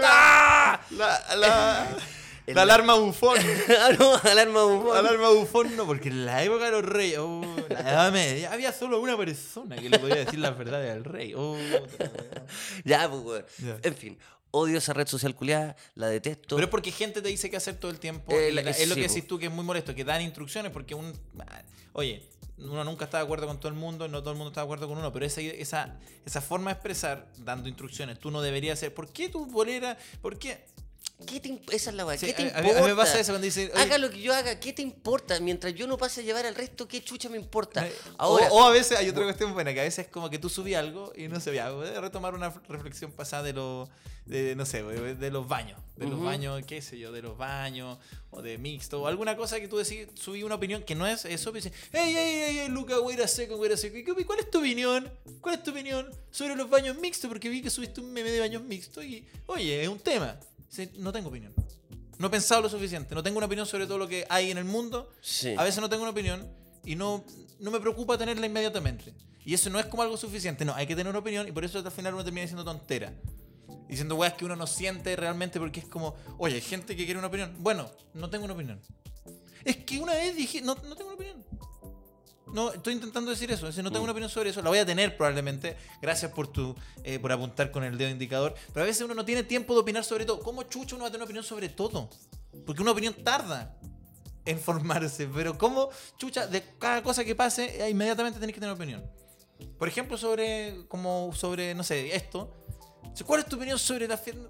[SPEAKER 1] basta!
[SPEAKER 2] La, la,
[SPEAKER 1] El-
[SPEAKER 2] la alarma bufón.
[SPEAKER 1] Ah, no, alarma bufón.
[SPEAKER 2] La alarma bufón no, porque en la época de los reyes, oh, la edad media, había solo una persona que le podía decir las verdades al rey. Oh, otra vez.
[SPEAKER 1] Ya, pues, weón.
[SPEAKER 2] Ya.
[SPEAKER 1] En fin, odio esa red social culiada, la detesto.
[SPEAKER 2] Pero es porque gente te dice qué hacer todo el tiempo.
[SPEAKER 1] Eh,
[SPEAKER 2] y
[SPEAKER 1] la-
[SPEAKER 2] la- es lo
[SPEAKER 1] sí,
[SPEAKER 2] que
[SPEAKER 1] po.
[SPEAKER 2] decís tú que es muy molesto, que dan instrucciones porque un... ah, Oye, uno nunca está de acuerdo con todo el mundo, no todo el mundo está de acuerdo con uno, pero esa, esa, esa forma de expresar dando instrucciones, tú no deberías hacer. ¿Por qué tu bolera? ¿Por qué?
[SPEAKER 1] ¿Qué te imp- esa es la weá,
[SPEAKER 2] Sí,
[SPEAKER 1] ¿Qué te
[SPEAKER 2] a- a mí- a mí
[SPEAKER 1] importa?
[SPEAKER 2] me pasa eso cuando dicen, oye-
[SPEAKER 1] Haga lo que yo haga, ¿qué te importa? Mientras yo no pase a llevar al resto, ¿qué chucha me importa?
[SPEAKER 2] Eh,
[SPEAKER 1] Ahora,
[SPEAKER 2] o, o a veces hay otra cuestión buena, que a veces como que tú subí algo y no sé, ya, voy a retomar una reflexión pasada de los, de, no sé, de de los baños, de los
[SPEAKER 1] Ujú.
[SPEAKER 2] baños, qué sé yo, de los baños, o de mixto, o alguna cosa que tú decís, subí una opinión que no es eso, pero dices, hey, hey, hey, hey, Luca, voy a ir a seco, voy a ir a seco, ¿Y qué- ¿y cuál es tu opinión? ¿Cuál es tu opinión sobre los baños mixtos? Porque vi que subiste un meme de baños mixtos y, oye, es un tema. Dice, No tengo opinión. No he pensado lo suficiente, no tengo una opinión sobre todo lo que hay en el mundo.
[SPEAKER 1] sí.
[SPEAKER 2] A veces no tengo una opinión y no, no me preocupa tenerla inmediatamente. Y eso no es como algo suficiente, no, hay que tener una opinión y por eso al final uno termina diciendo tontera. Diciendo weas que uno no siente realmente porque es como, oye, hay gente que quiere una opinión. Bueno, no tengo una opinión. Es que una vez dije, no, no tengo una opinión. No, estoy intentando decir eso. Si no tengo una opinión sobre eso, la voy a tener probablemente. Gracias por tu eh, por apuntar con el dedo indicador. Pero a veces uno no tiene tiempo de opinar sobre todo. ¿Cómo chucho uno va a tener una opinión sobre todo? Porque una opinión tarda en formarse. Pero ¿cómo chucha de cada cosa que pase, eh, inmediatamente tenés que tener una opinión? Por ejemplo, sobre, como sobre, no sé, esto. ¿Cuál es tu opinión sobre la fiesta?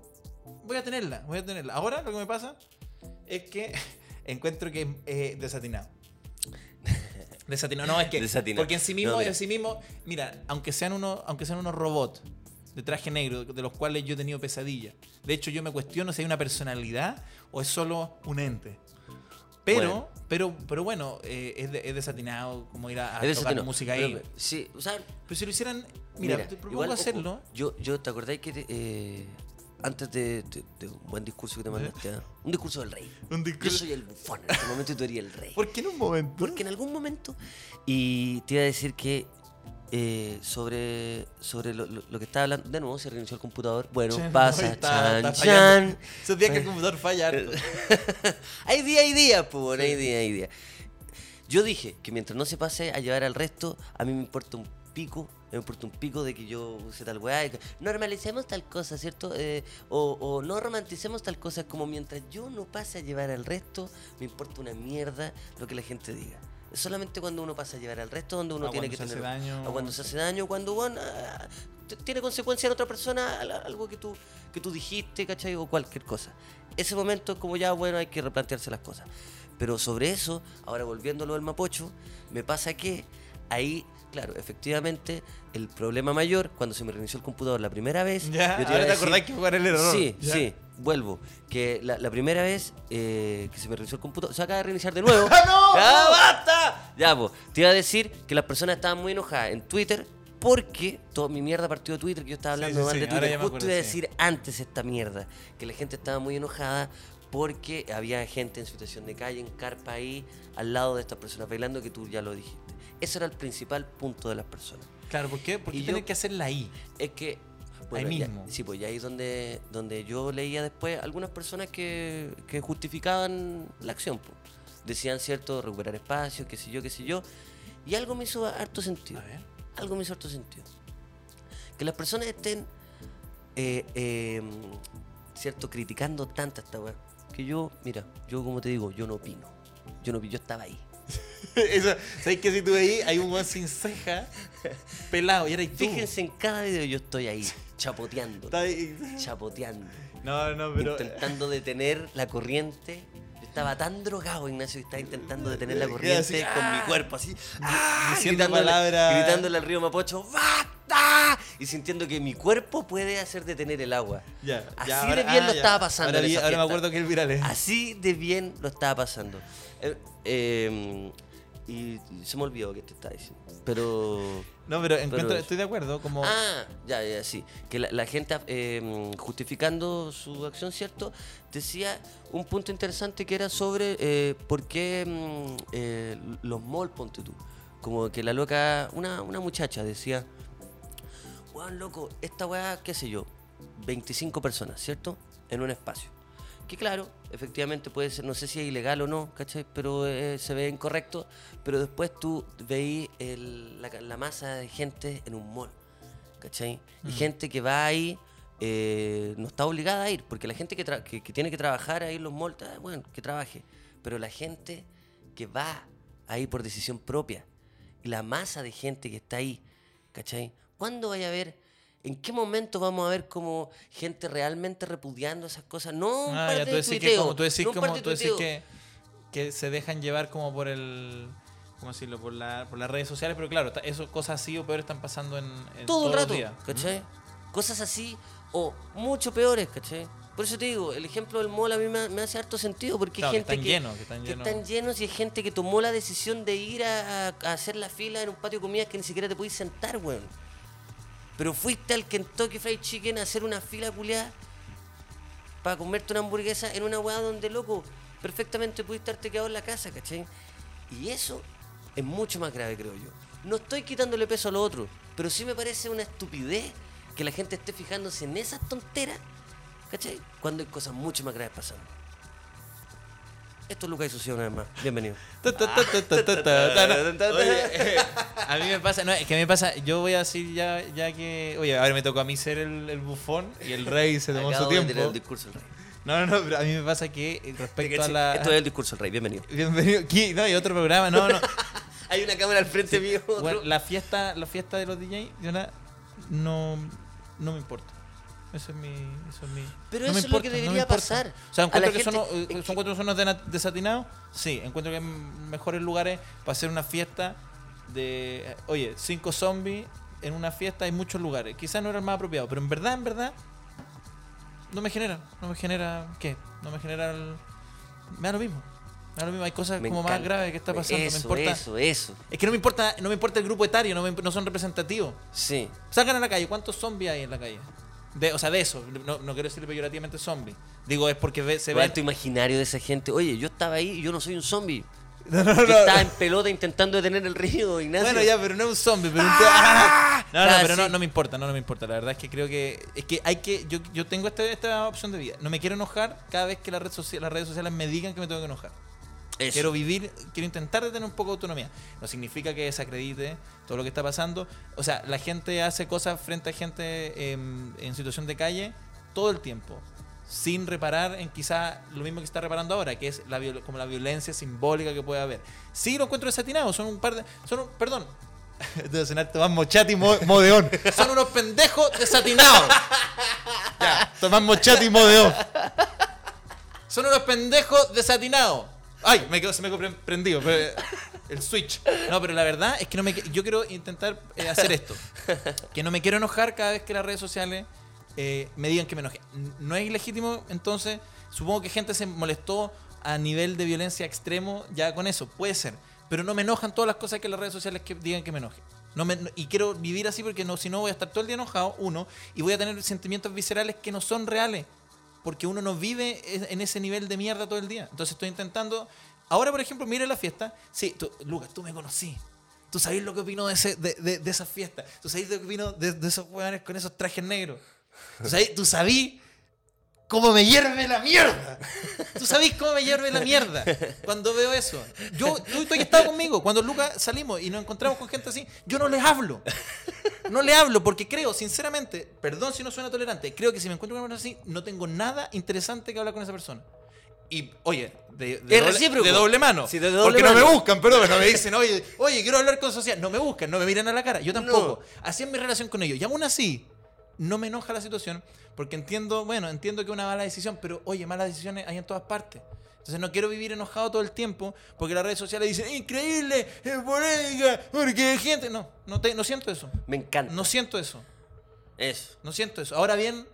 [SPEAKER 2] Voy a tenerla, voy a tenerla. Ahora lo que me pasa es que encuentro que es eh, desatinado. Desatinado, no, es que.
[SPEAKER 1] Desatinado.
[SPEAKER 2] Porque en sí mismo,
[SPEAKER 1] No, mira.
[SPEAKER 2] en sí mismo, mira, aunque sean unos, aunque sean unos robots de traje negro, de los cuales yo he tenido pesadilla. De hecho, yo me cuestiono si hay una personalidad o es solo un ente. Pero,
[SPEAKER 1] Bueno.
[SPEAKER 2] pero, pero bueno, eh, es, de- es desatinado como ir a, a
[SPEAKER 1] Es de
[SPEAKER 2] tocar
[SPEAKER 1] Satino.
[SPEAKER 2] música ahí.
[SPEAKER 1] Pero- sí, o sea,
[SPEAKER 2] Pero si lo hicieran, mira, te propongo
[SPEAKER 1] igual, ojo,
[SPEAKER 2] hacerlo.
[SPEAKER 1] Yo, yo, ¿te acordáis que te- eh, antes de, de- de un buen discurso que te mandaste? ah? Un discurso del rey.
[SPEAKER 2] Un
[SPEAKER 1] Yo
[SPEAKER 2] discurso-
[SPEAKER 1] soy el bufón en este momento y tú eres el rey.
[SPEAKER 2] ¿Por qué en un momento?
[SPEAKER 1] Porque en algún momento. Y te iba a decir que eh, sobre, sobre lo, lo- lo que estaba hablando. De nuevo, se reinició el computador. Bueno,
[SPEAKER 2] Che,
[SPEAKER 1] pasa,
[SPEAKER 2] no, está-
[SPEAKER 1] chan,
[SPEAKER 2] está
[SPEAKER 1] chan. Eh,
[SPEAKER 2] fallando. Esos días que el computador falla. harto.
[SPEAKER 1] hay día, hay día, pues, bueno, hay día, hay día. Yo dije que mientras no se pase a llevar al resto, a mí me importa un pico, me importa un pico de que yo use tal weá. y que Normalicemos tal cosa, ¿cierto? Eh, o, o no romanticemos tal cosa, como mientras yo no pase a llevar al resto, me importa una mierda lo que la gente diga. Es solamente cuando uno pasa a llevar al resto donde uno
[SPEAKER 2] Ah,
[SPEAKER 1] tiene
[SPEAKER 2] cuando
[SPEAKER 1] que
[SPEAKER 2] se hace
[SPEAKER 1] tener...
[SPEAKER 2] daño.
[SPEAKER 1] o cuando se hace daño, cuando bueno, ah, t- tiene consecuencia en otra persona al- algo que tú, que tú dijiste, ¿cachai? O cualquier cosa. Ese momento es como ya, bueno, hay que replantearse las cosas. Pero sobre eso, ahora volviéndolo al Mapocho, me pasa que ahí, claro, efectivamente, el problema mayor, cuando se me reinició el computador la primera vez,
[SPEAKER 2] Ya,
[SPEAKER 1] yo iba a
[SPEAKER 2] ahora te
[SPEAKER 1] decir-
[SPEAKER 2] acordás que jugar el error.
[SPEAKER 1] Sí,
[SPEAKER 2] Ya.
[SPEAKER 1] sí, vuelvo. Que la, la primera vez eh, que se me reinició el computador, se acaba de reiniciar de nuevo.
[SPEAKER 2] ¡Ah, no!
[SPEAKER 1] ¡Ya, basta! Ya, pues, te iba a decir que las personas estaban muy enojadas en Twitter porque toda mi mierda partió de Twitter, que yo estaba
[SPEAKER 2] Sí,
[SPEAKER 1] hablando
[SPEAKER 2] sí,
[SPEAKER 1] mal
[SPEAKER 2] sí,
[SPEAKER 1] de
[SPEAKER 2] ahora
[SPEAKER 1] Twitter.
[SPEAKER 2] ya me
[SPEAKER 1] Justo
[SPEAKER 2] acuerdo,
[SPEAKER 1] iba a
[SPEAKER 2] sí.
[SPEAKER 1] decir antes esta mierda, que la gente estaba muy enojada porque había gente en situación de calle, en carpa ahí, al lado de estas personas bailando, que tú ya lo dijiste. Ese era el principal punto de las personas.
[SPEAKER 2] Claro, ¿por qué? Porque
[SPEAKER 1] Y yo-
[SPEAKER 2] tienen que hacerla ahí.
[SPEAKER 1] Es que.
[SPEAKER 2] Ahí
[SPEAKER 1] ya-
[SPEAKER 2] mismo.
[SPEAKER 1] sí, pues ya ahí es donde, donde yo leía después algunas personas que, que justificaban la acción. po. Decían, cierto, recuperar espacios, qué sé yo, qué sé yo. Y algo me hizo harto sentido.
[SPEAKER 2] A ver.
[SPEAKER 1] Algo me hizo harto sentido. Que las personas estén, eh, eh, cierto, criticando tanta esta weá. Que yo, mira, yo como te digo, yo no opino. Yo no opino, yo estaba ahí.
[SPEAKER 2] Eso, ¿Sabes que si tú veis, hay un weón sin ceja, pelado, y era tú.
[SPEAKER 1] Fíjense en cada video, yo estoy ahí, chapoteando.
[SPEAKER 2] Está ahí.
[SPEAKER 1] Chapoteando.
[SPEAKER 2] No, no, pero.
[SPEAKER 1] intentando detener la corriente. Yo estaba tan drogado, Ignacio, que estaba intentando detener la
[SPEAKER 2] Queda
[SPEAKER 1] corriente
[SPEAKER 2] así,
[SPEAKER 1] con
[SPEAKER 2] ¡ah!
[SPEAKER 1] mi cuerpo, así. ¡ah!
[SPEAKER 2] diciendo
[SPEAKER 1] Gritándole,
[SPEAKER 2] palabras.
[SPEAKER 1] gritándole al río Mapocho, ¡basta! Y sintiendo que mi cuerpo puede hacer detener el agua.
[SPEAKER 2] Ya,
[SPEAKER 1] Así
[SPEAKER 2] ya,
[SPEAKER 1] de
[SPEAKER 2] ahora-
[SPEAKER 1] bien
[SPEAKER 2] ah,
[SPEAKER 1] lo
[SPEAKER 2] ya.
[SPEAKER 1] estaba pasando.
[SPEAKER 2] Ahora,
[SPEAKER 1] en
[SPEAKER 2] vi-
[SPEAKER 1] esa
[SPEAKER 2] ahora me
[SPEAKER 1] fiesta.
[SPEAKER 2] acuerdo que el viral es.
[SPEAKER 1] Así de bien lo estaba pasando. Eh, eh, y se me olvidó que te estaba diciendo. Pero.
[SPEAKER 2] No, pero, encuentro,
[SPEAKER 1] pero-
[SPEAKER 2] estoy de acuerdo. Como.
[SPEAKER 1] Ah, ya, ya, sí. Que la, la gente eh, justificando su acción, ¿cierto? Decía un punto interesante que era sobre eh, por qué mm, eh, los malls, ponte tú. Como que la loca, una, una muchacha decía, weón, loco, esta weá, qué sé yo, 25 personas, ¿cierto? En un espacio. Que claro, efectivamente puede ser, no sé si es ilegal o no, ¿cachai? Pero eh, se ve incorrecto. Pero después tú veí el- la, la masa de gente en un mall, ¿cachai? Y gente que va ahí eh, no está obligada a ir, porque la gente que, tra- que, que tiene que trabajar ahí en los malls, ah, bueno, que trabaje. Pero la gente que va ahí por decisión propia, y la masa de gente que está ahí, ¿cachai? ¿Cuándo vaya a ver? ¿En qué momento vamos a ver como gente realmente repudiando esas cosas? No un
[SPEAKER 2] Ah,
[SPEAKER 1] par
[SPEAKER 2] ya,
[SPEAKER 1] de
[SPEAKER 2] tú decís que
[SPEAKER 1] tuiteo,
[SPEAKER 2] como tú decís,
[SPEAKER 1] no un par
[SPEAKER 2] como
[SPEAKER 1] de
[SPEAKER 2] tú decís
[SPEAKER 1] tuiteo.
[SPEAKER 2] que, que se dejan llevar como por el ¿cómo decirlo? por la, por las redes sociales, pero claro, ta- eso cosas así o peor están pasando en, en
[SPEAKER 1] todo el
[SPEAKER 2] todos los
[SPEAKER 1] rato,
[SPEAKER 2] días.
[SPEAKER 1] ¿cachai? Cosas así o mucho peores, ¿cachai? Por eso te digo, el ejemplo del mall a mí me, me hace harto sentido porque
[SPEAKER 2] Claro,
[SPEAKER 1] hay
[SPEAKER 2] que
[SPEAKER 1] gente
[SPEAKER 2] están llenos, que están llenos.
[SPEAKER 1] llenos y hay gente que tomó la decisión de ir a, a- a hacer la fila en un patio de comidas que ni siquiera te podías sentar, weón. Pero fuiste al Kentucky Fried Chicken a hacer una fila culiada para comerte una hamburguesa en una weá donde, loco, perfectamente pudiste haberte quedado en la casa, ¿cachai? Y eso es mucho más grave, creo yo. No estoy quitándole peso a lo otro, pero sí me parece una estupidez que la gente esté fijándose en esas tonteras, ¿cachai? Cuando hay cosas mucho más graves pasando. Esto es Lucas y Sucio una vez más. Bienvenido.
[SPEAKER 2] Ta, ta, ta, ta, ta, ta, ta, ta. Oye, eh, A mí me pasa, no, es que a mí me pasa, yo voy a decir ya, ya que, oye, ahora me tocó a mí ser el, el bufón y el rey se tomó su
[SPEAKER 1] Acabo de tener el
[SPEAKER 2] tiempo.
[SPEAKER 1] discurso del rey.
[SPEAKER 2] No, no, no, pero a mí me pasa que eh, respecto a la...
[SPEAKER 1] Esto es el discurso del rey. Bienvenido.
[SPEAKER 2] Bienvenido, ¿qué? No, hay otro programa, no, no.
[SPEAKER 1] Hay una cámara al frente mío. otro.
[SPEAKER 2] Bueno, la fiesta, la fiesta de los DJs, yo la- no, no me importa. Eso es mi. Eso es mi
[SPEAKER 5] Pero
[SPEAKER 2] no me
[SPEAKER 5] eso es lo que
[SPEAKER 2] importa, no me
[SPEAKER 5] debería
[SPEAKER 2] importa.
[SPEAKER 5] pasar.
[SPEAKER 2] O sea,
[SPEAKER 5] A la
[SPEAKER 2] encuentro que son,
[SPEAKER 5] gente-
[SPEAKER 2] eh, son cuatro zonas dena- desatinados. Sí, encuentro que hay mejores lugares para hacer una fiesta de. Oye, cinco zombies en una fiesta hay muchos lugares. Quizás no era el más apropiado, pero en verdad, en verdad, no me genera. No me genera. ¿Qué? No me genera. el- me da lo mismo. Me da lo mismo. Hay cosas
[SPEAKER 1] Me
[SPEAKER 2] como más
[SPEAKER 1] encanta.
[SPEAKER 2] graves que está pasando.
[SPEAKER 1] Eso,
[SPEAKER 2] me importa.
[SPEAKER 1] eso, eso.
[SPEAKER 2] Es que no me importa, no me importa el grupo etario, no, me imp- no son representativos.
[SPEAKER 1] Sí.
[SPEAKER 2] Salgan a la calle, ¿cuántos zombies hay en la calle? De, o sea, de eso, no, no quiero decirle peyorativamente zombie. Digo, es porque ve- se
[SPEAKER 1] Igual
[SPEAKER 2] ve.
[SPEAKER 1] tu imaginario de esa gente. Oye, yo estaba ahí y yo no soy un zombie.
[SPEAKER 2] No, no, no.
[SPEAKER 1] Yo estaba en pelota intentando detener el río, Ignacio.
[SPEAKER 2] Bueno, ya, pero no es un zombie, pero un- No, no,
[SPEAKER 1] Ah,
[SPEAKER 2] pero no,
[SPEAKER 1] sí.
[SPEAKER 2] no me importa, no, no me importa. La verdad es que creo que. Es que hay que. Yo, yo tengo esta, esta opción de vida. No me quiero enojar cada vez que la red socia- las redes sociales me digan que me tengo que enojar.
[SPEAKER 1] Eso.
[SPEAKER 2] Quiero vivir, quiero intentar de tener un poco de autonomía. No significa que desacredite todo lo que está pasando. O sea, la gente hace cosas frente a gente em, en situación de calle todo el tiempo, sin reparar en quizá lo mismo que está reparando ahora, que es la viol- como la violencia simbólica que puede haber. Sí, lo encuentro desatinado, son un par de... Son un- perdón. Debo sonar Tomás Mochati y Mo- Modeón. Son unos pendejos desatinados. Ya, Tomás Mochati y Modeón. Son unos pendejos desatinados. Ay, me quedo, se me quedó pre- prendido pero, el switch. No, pero la verdad es que no me, que- yo quiero intentar eh, hacer esto. Que no me quiero enojar cada vez que las redes sociales eh, me digan que me enoje. N- No es ilegítimo, entonces supongo que gente se molestó a nivel de violencia extremo ya con eso. Puede ser. Pero no me enojan todas las cosas que las redes sociales que digan que me enoje. No me- no- y quiero vivir así porque no, si no voy a estar todo el día enojado, uno, y voy a tener sentimientos viscerales que no son reales porque uno no vive es- en ese nivel de mierda todo el día. Entonces estoy intentando. Ahora, por ejemplo, mire la fiesta. Sí, tú, Lucas, tú me conocí. Tú sabés lo que opino de, ese, de, de, de esa fiesta. Tú sabés lo que opino de, de esos hueones con esos trajes negros. Tú sabés, tú sabí cómo me hierve la mierda. Tú sabés cómo me hierve la mierda cuando veo eso. Yo, tú, tú has estado conmigo. Cuando Lucas salimos y nos encontramos con gente así, yo no les hablo. No le hablo porque creo, sinceramente, perdón si no suena tolerante, creo que si me encuentro con una persona así, no tengo nada interesante que hablar con esa persona. Y, oye, de, de
[SPEAKER 1] Es
[SPEAKER 2] doble,
[SPEAKER 1] recíproco.
[SPEAKER 2] de doble mano.
[SPEAKER 1] Sí, de doble
[SPEAKER 2] porque no
[SPEAKER 1] mano.
[SPEAKER 2] me buscan, perdón, no me dicen, oye, oye, quiero hablar con social. No me buscan, no me miran a la cara, yo tampoco. Así es mi relación con ellos. Y aún así, no me enoja la situación porque entiendo, bueno, entiendo que es una mala decisión, pero oye, malas decisiones hay en todas partes. Entonces no quiero vivir enojado todo el tiempo porque las redes sociales dicen, increíble, es polémica, porque hay gente... No, no, te, no siento eso.
[SPEAKER 1] Me encanta.
[SPEAKER 2] No siento eso.
[SPEAKER 1] Eso.
[SPEAKER 2] No siento eso. Ahora bien,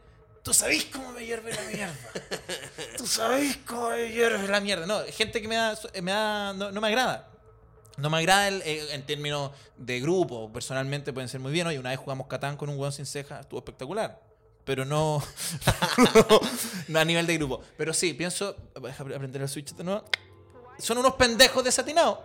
[SPEAKER 2] tú sabés cómo me hierve la mierda. tú sabés cómo me hierve la mierda. No, gente que me da, me da- no, no me agrada. No me agrada el, eh, en términos de grupo. Personalmente pueden ser muy bien. Oye, una vez jugamos Catán con un hueón sin ceja, estuvo espectacular. Pero no, no a nivel de grupo. Pero sí, pienso. Deja aprender el switch de nuevo. Son unos pendejos desatinados.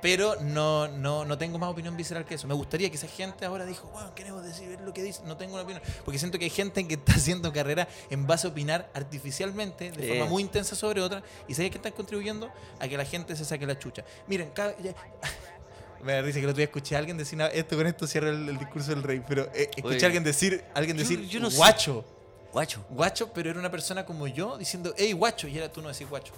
[SPEAKER 2] Pero no, no, no tengo más opinión visceral que eso. Me gustaría que esa gente ahora dijo, wow, queremos decir ver lo que dice. No tengo una opinión. Porque siento que hay gente que está haciendo carrera en base a opinar artificialmente, de
[SPEAKER 1] Sí.
[SPEAKER 2] forma muy intensa sobre otra. Y sabes que están contribuyendo a que la gente se saque la chucha. Miren, cada- ya- me da risa que el otro día escuché a alguien decir, una- esto con esto cierra el, el discurso del rey, pero eh, escuché
[SPEAKER 1] Oye.
[SPEAKER 2] a alguien decir, alguien
[SPEAKER 1] Yo-
[SPEAKER 2] decir,
[SPEAKER 1] yo no sé.
[SPEAKER 2] guacho.
[SPEAKER 1] Guacho.
[SPEAKER 2] Guacho, pero era una persona como yo diciendo, hey, guacho, y era tú no decís guacho.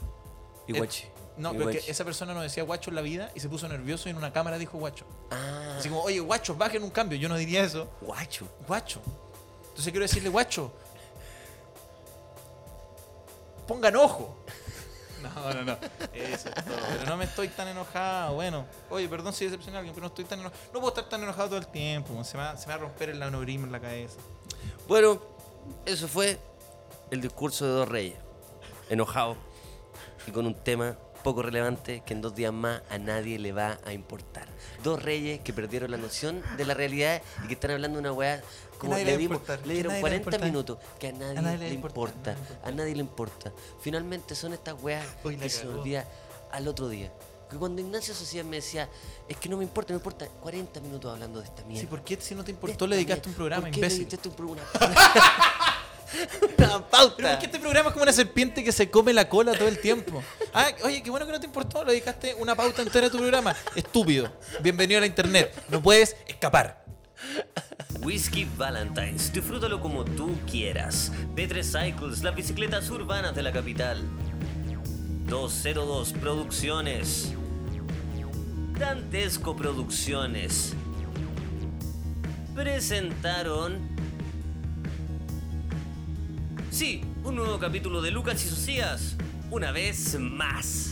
[SPEAKER 1] Y
[SPEAKER 2] Eh,
[SPEAKER 1] guachi.
[SPEAKER 2] No,
[SPEAKER 1] Y
[SPEAKER 2] pero que
[SPEAKER 1] guachi.
[SPEAKER 2] esa persona no decía guacho en la vida y se puso nervioso y en una cámara dijo guacho.
[SPEAKER 1] Ah,
[SPEAKER 2] Así como, oye, guacho, bajen un cambio. Yo no diría eso.
[SPEAKER 1] guacho.
[SPEAKER 2] Guacho. Entonces quiero decirle, guacho, pongan ojo. No, no, no. Eso es todo. Pero no me estoy tan enojado. Bueno, oye, perdón si decepcioné a alguien, pero no estoy tan enojado. No puedo estar tan enojado todo el tiempo. Se me va, se me va a romper el aneurisma en la cabeza.
[SPEAKER 1] Bueno, eso fue el discurso de dos reyes. Enojado y con un tema poco relevante que en dos días más a nadie le va a importar. Dos reyes que perdieron la noción de la realidad y que están hablando de una weá como
[SPEAKER 2] nadie le
[SPEAKER 1] le,
[SPEAKER 2] va a
[SPEAKER 1] dimos-
[SPEAKER 2] importar, que
[SPEAKER 1] le dieron
[SPEAKER 2] nadie le va a
[SPEAKER 1] 40
[SPEAKER 2] importar.
[SPEAKER 1] minutos que a nadie,
[SPEAKER 2] nadie
[SPEAKER 1] le,
[SPEAKER 2] le va a importar,
[SPEAKER 1] importa,
[SPEAKER 2] nadie le va a
[SPEAKER 1] a nadie le importa. Finalmente son estas weas
[SPEAKER 2] Uy, la
[SPEAKER 1] que se
[SPEAKER 2] cagó.
[SPEAKER 1] olvida al otro día. Que cuando Ignacio Socias me decía, es que no me importa, no me importa, 40 minutos hablando de esta mierda.
[SPEAKER 2] Sí, ¿por qué si no te
[SPEAKER 1] ¿Por
[SPEAKER 2] importó le dedicaste un programa,
[SPEAKER 1] ¿Por qué
[SPEAKER 2] imbécil?
[SPEAKER 1] dedicaste un programa?
[SPEAKER 6] La
[SPEAKER 2] Pero
[SPEAKER 6] pauta.
[SPEAKER 2] es que este programa es como una serpiente que se come la cola todo el tiempo. Ah, oye, qué bueno que no te importó, le dedicaste una pauta entera a tu programa. Estúpido. Bienvenido a la internet. No puedes escapar.
[SPEAKER 6] Whisky Valentine's, disfrútalo como tú quieras. B3 Cycles, las bicicletas urbanas de la capital. 202 Producciones. Dantesco Producciones. Presentaron... Sí, un nuevo capítulo de Lucas y Socias. Una vez más.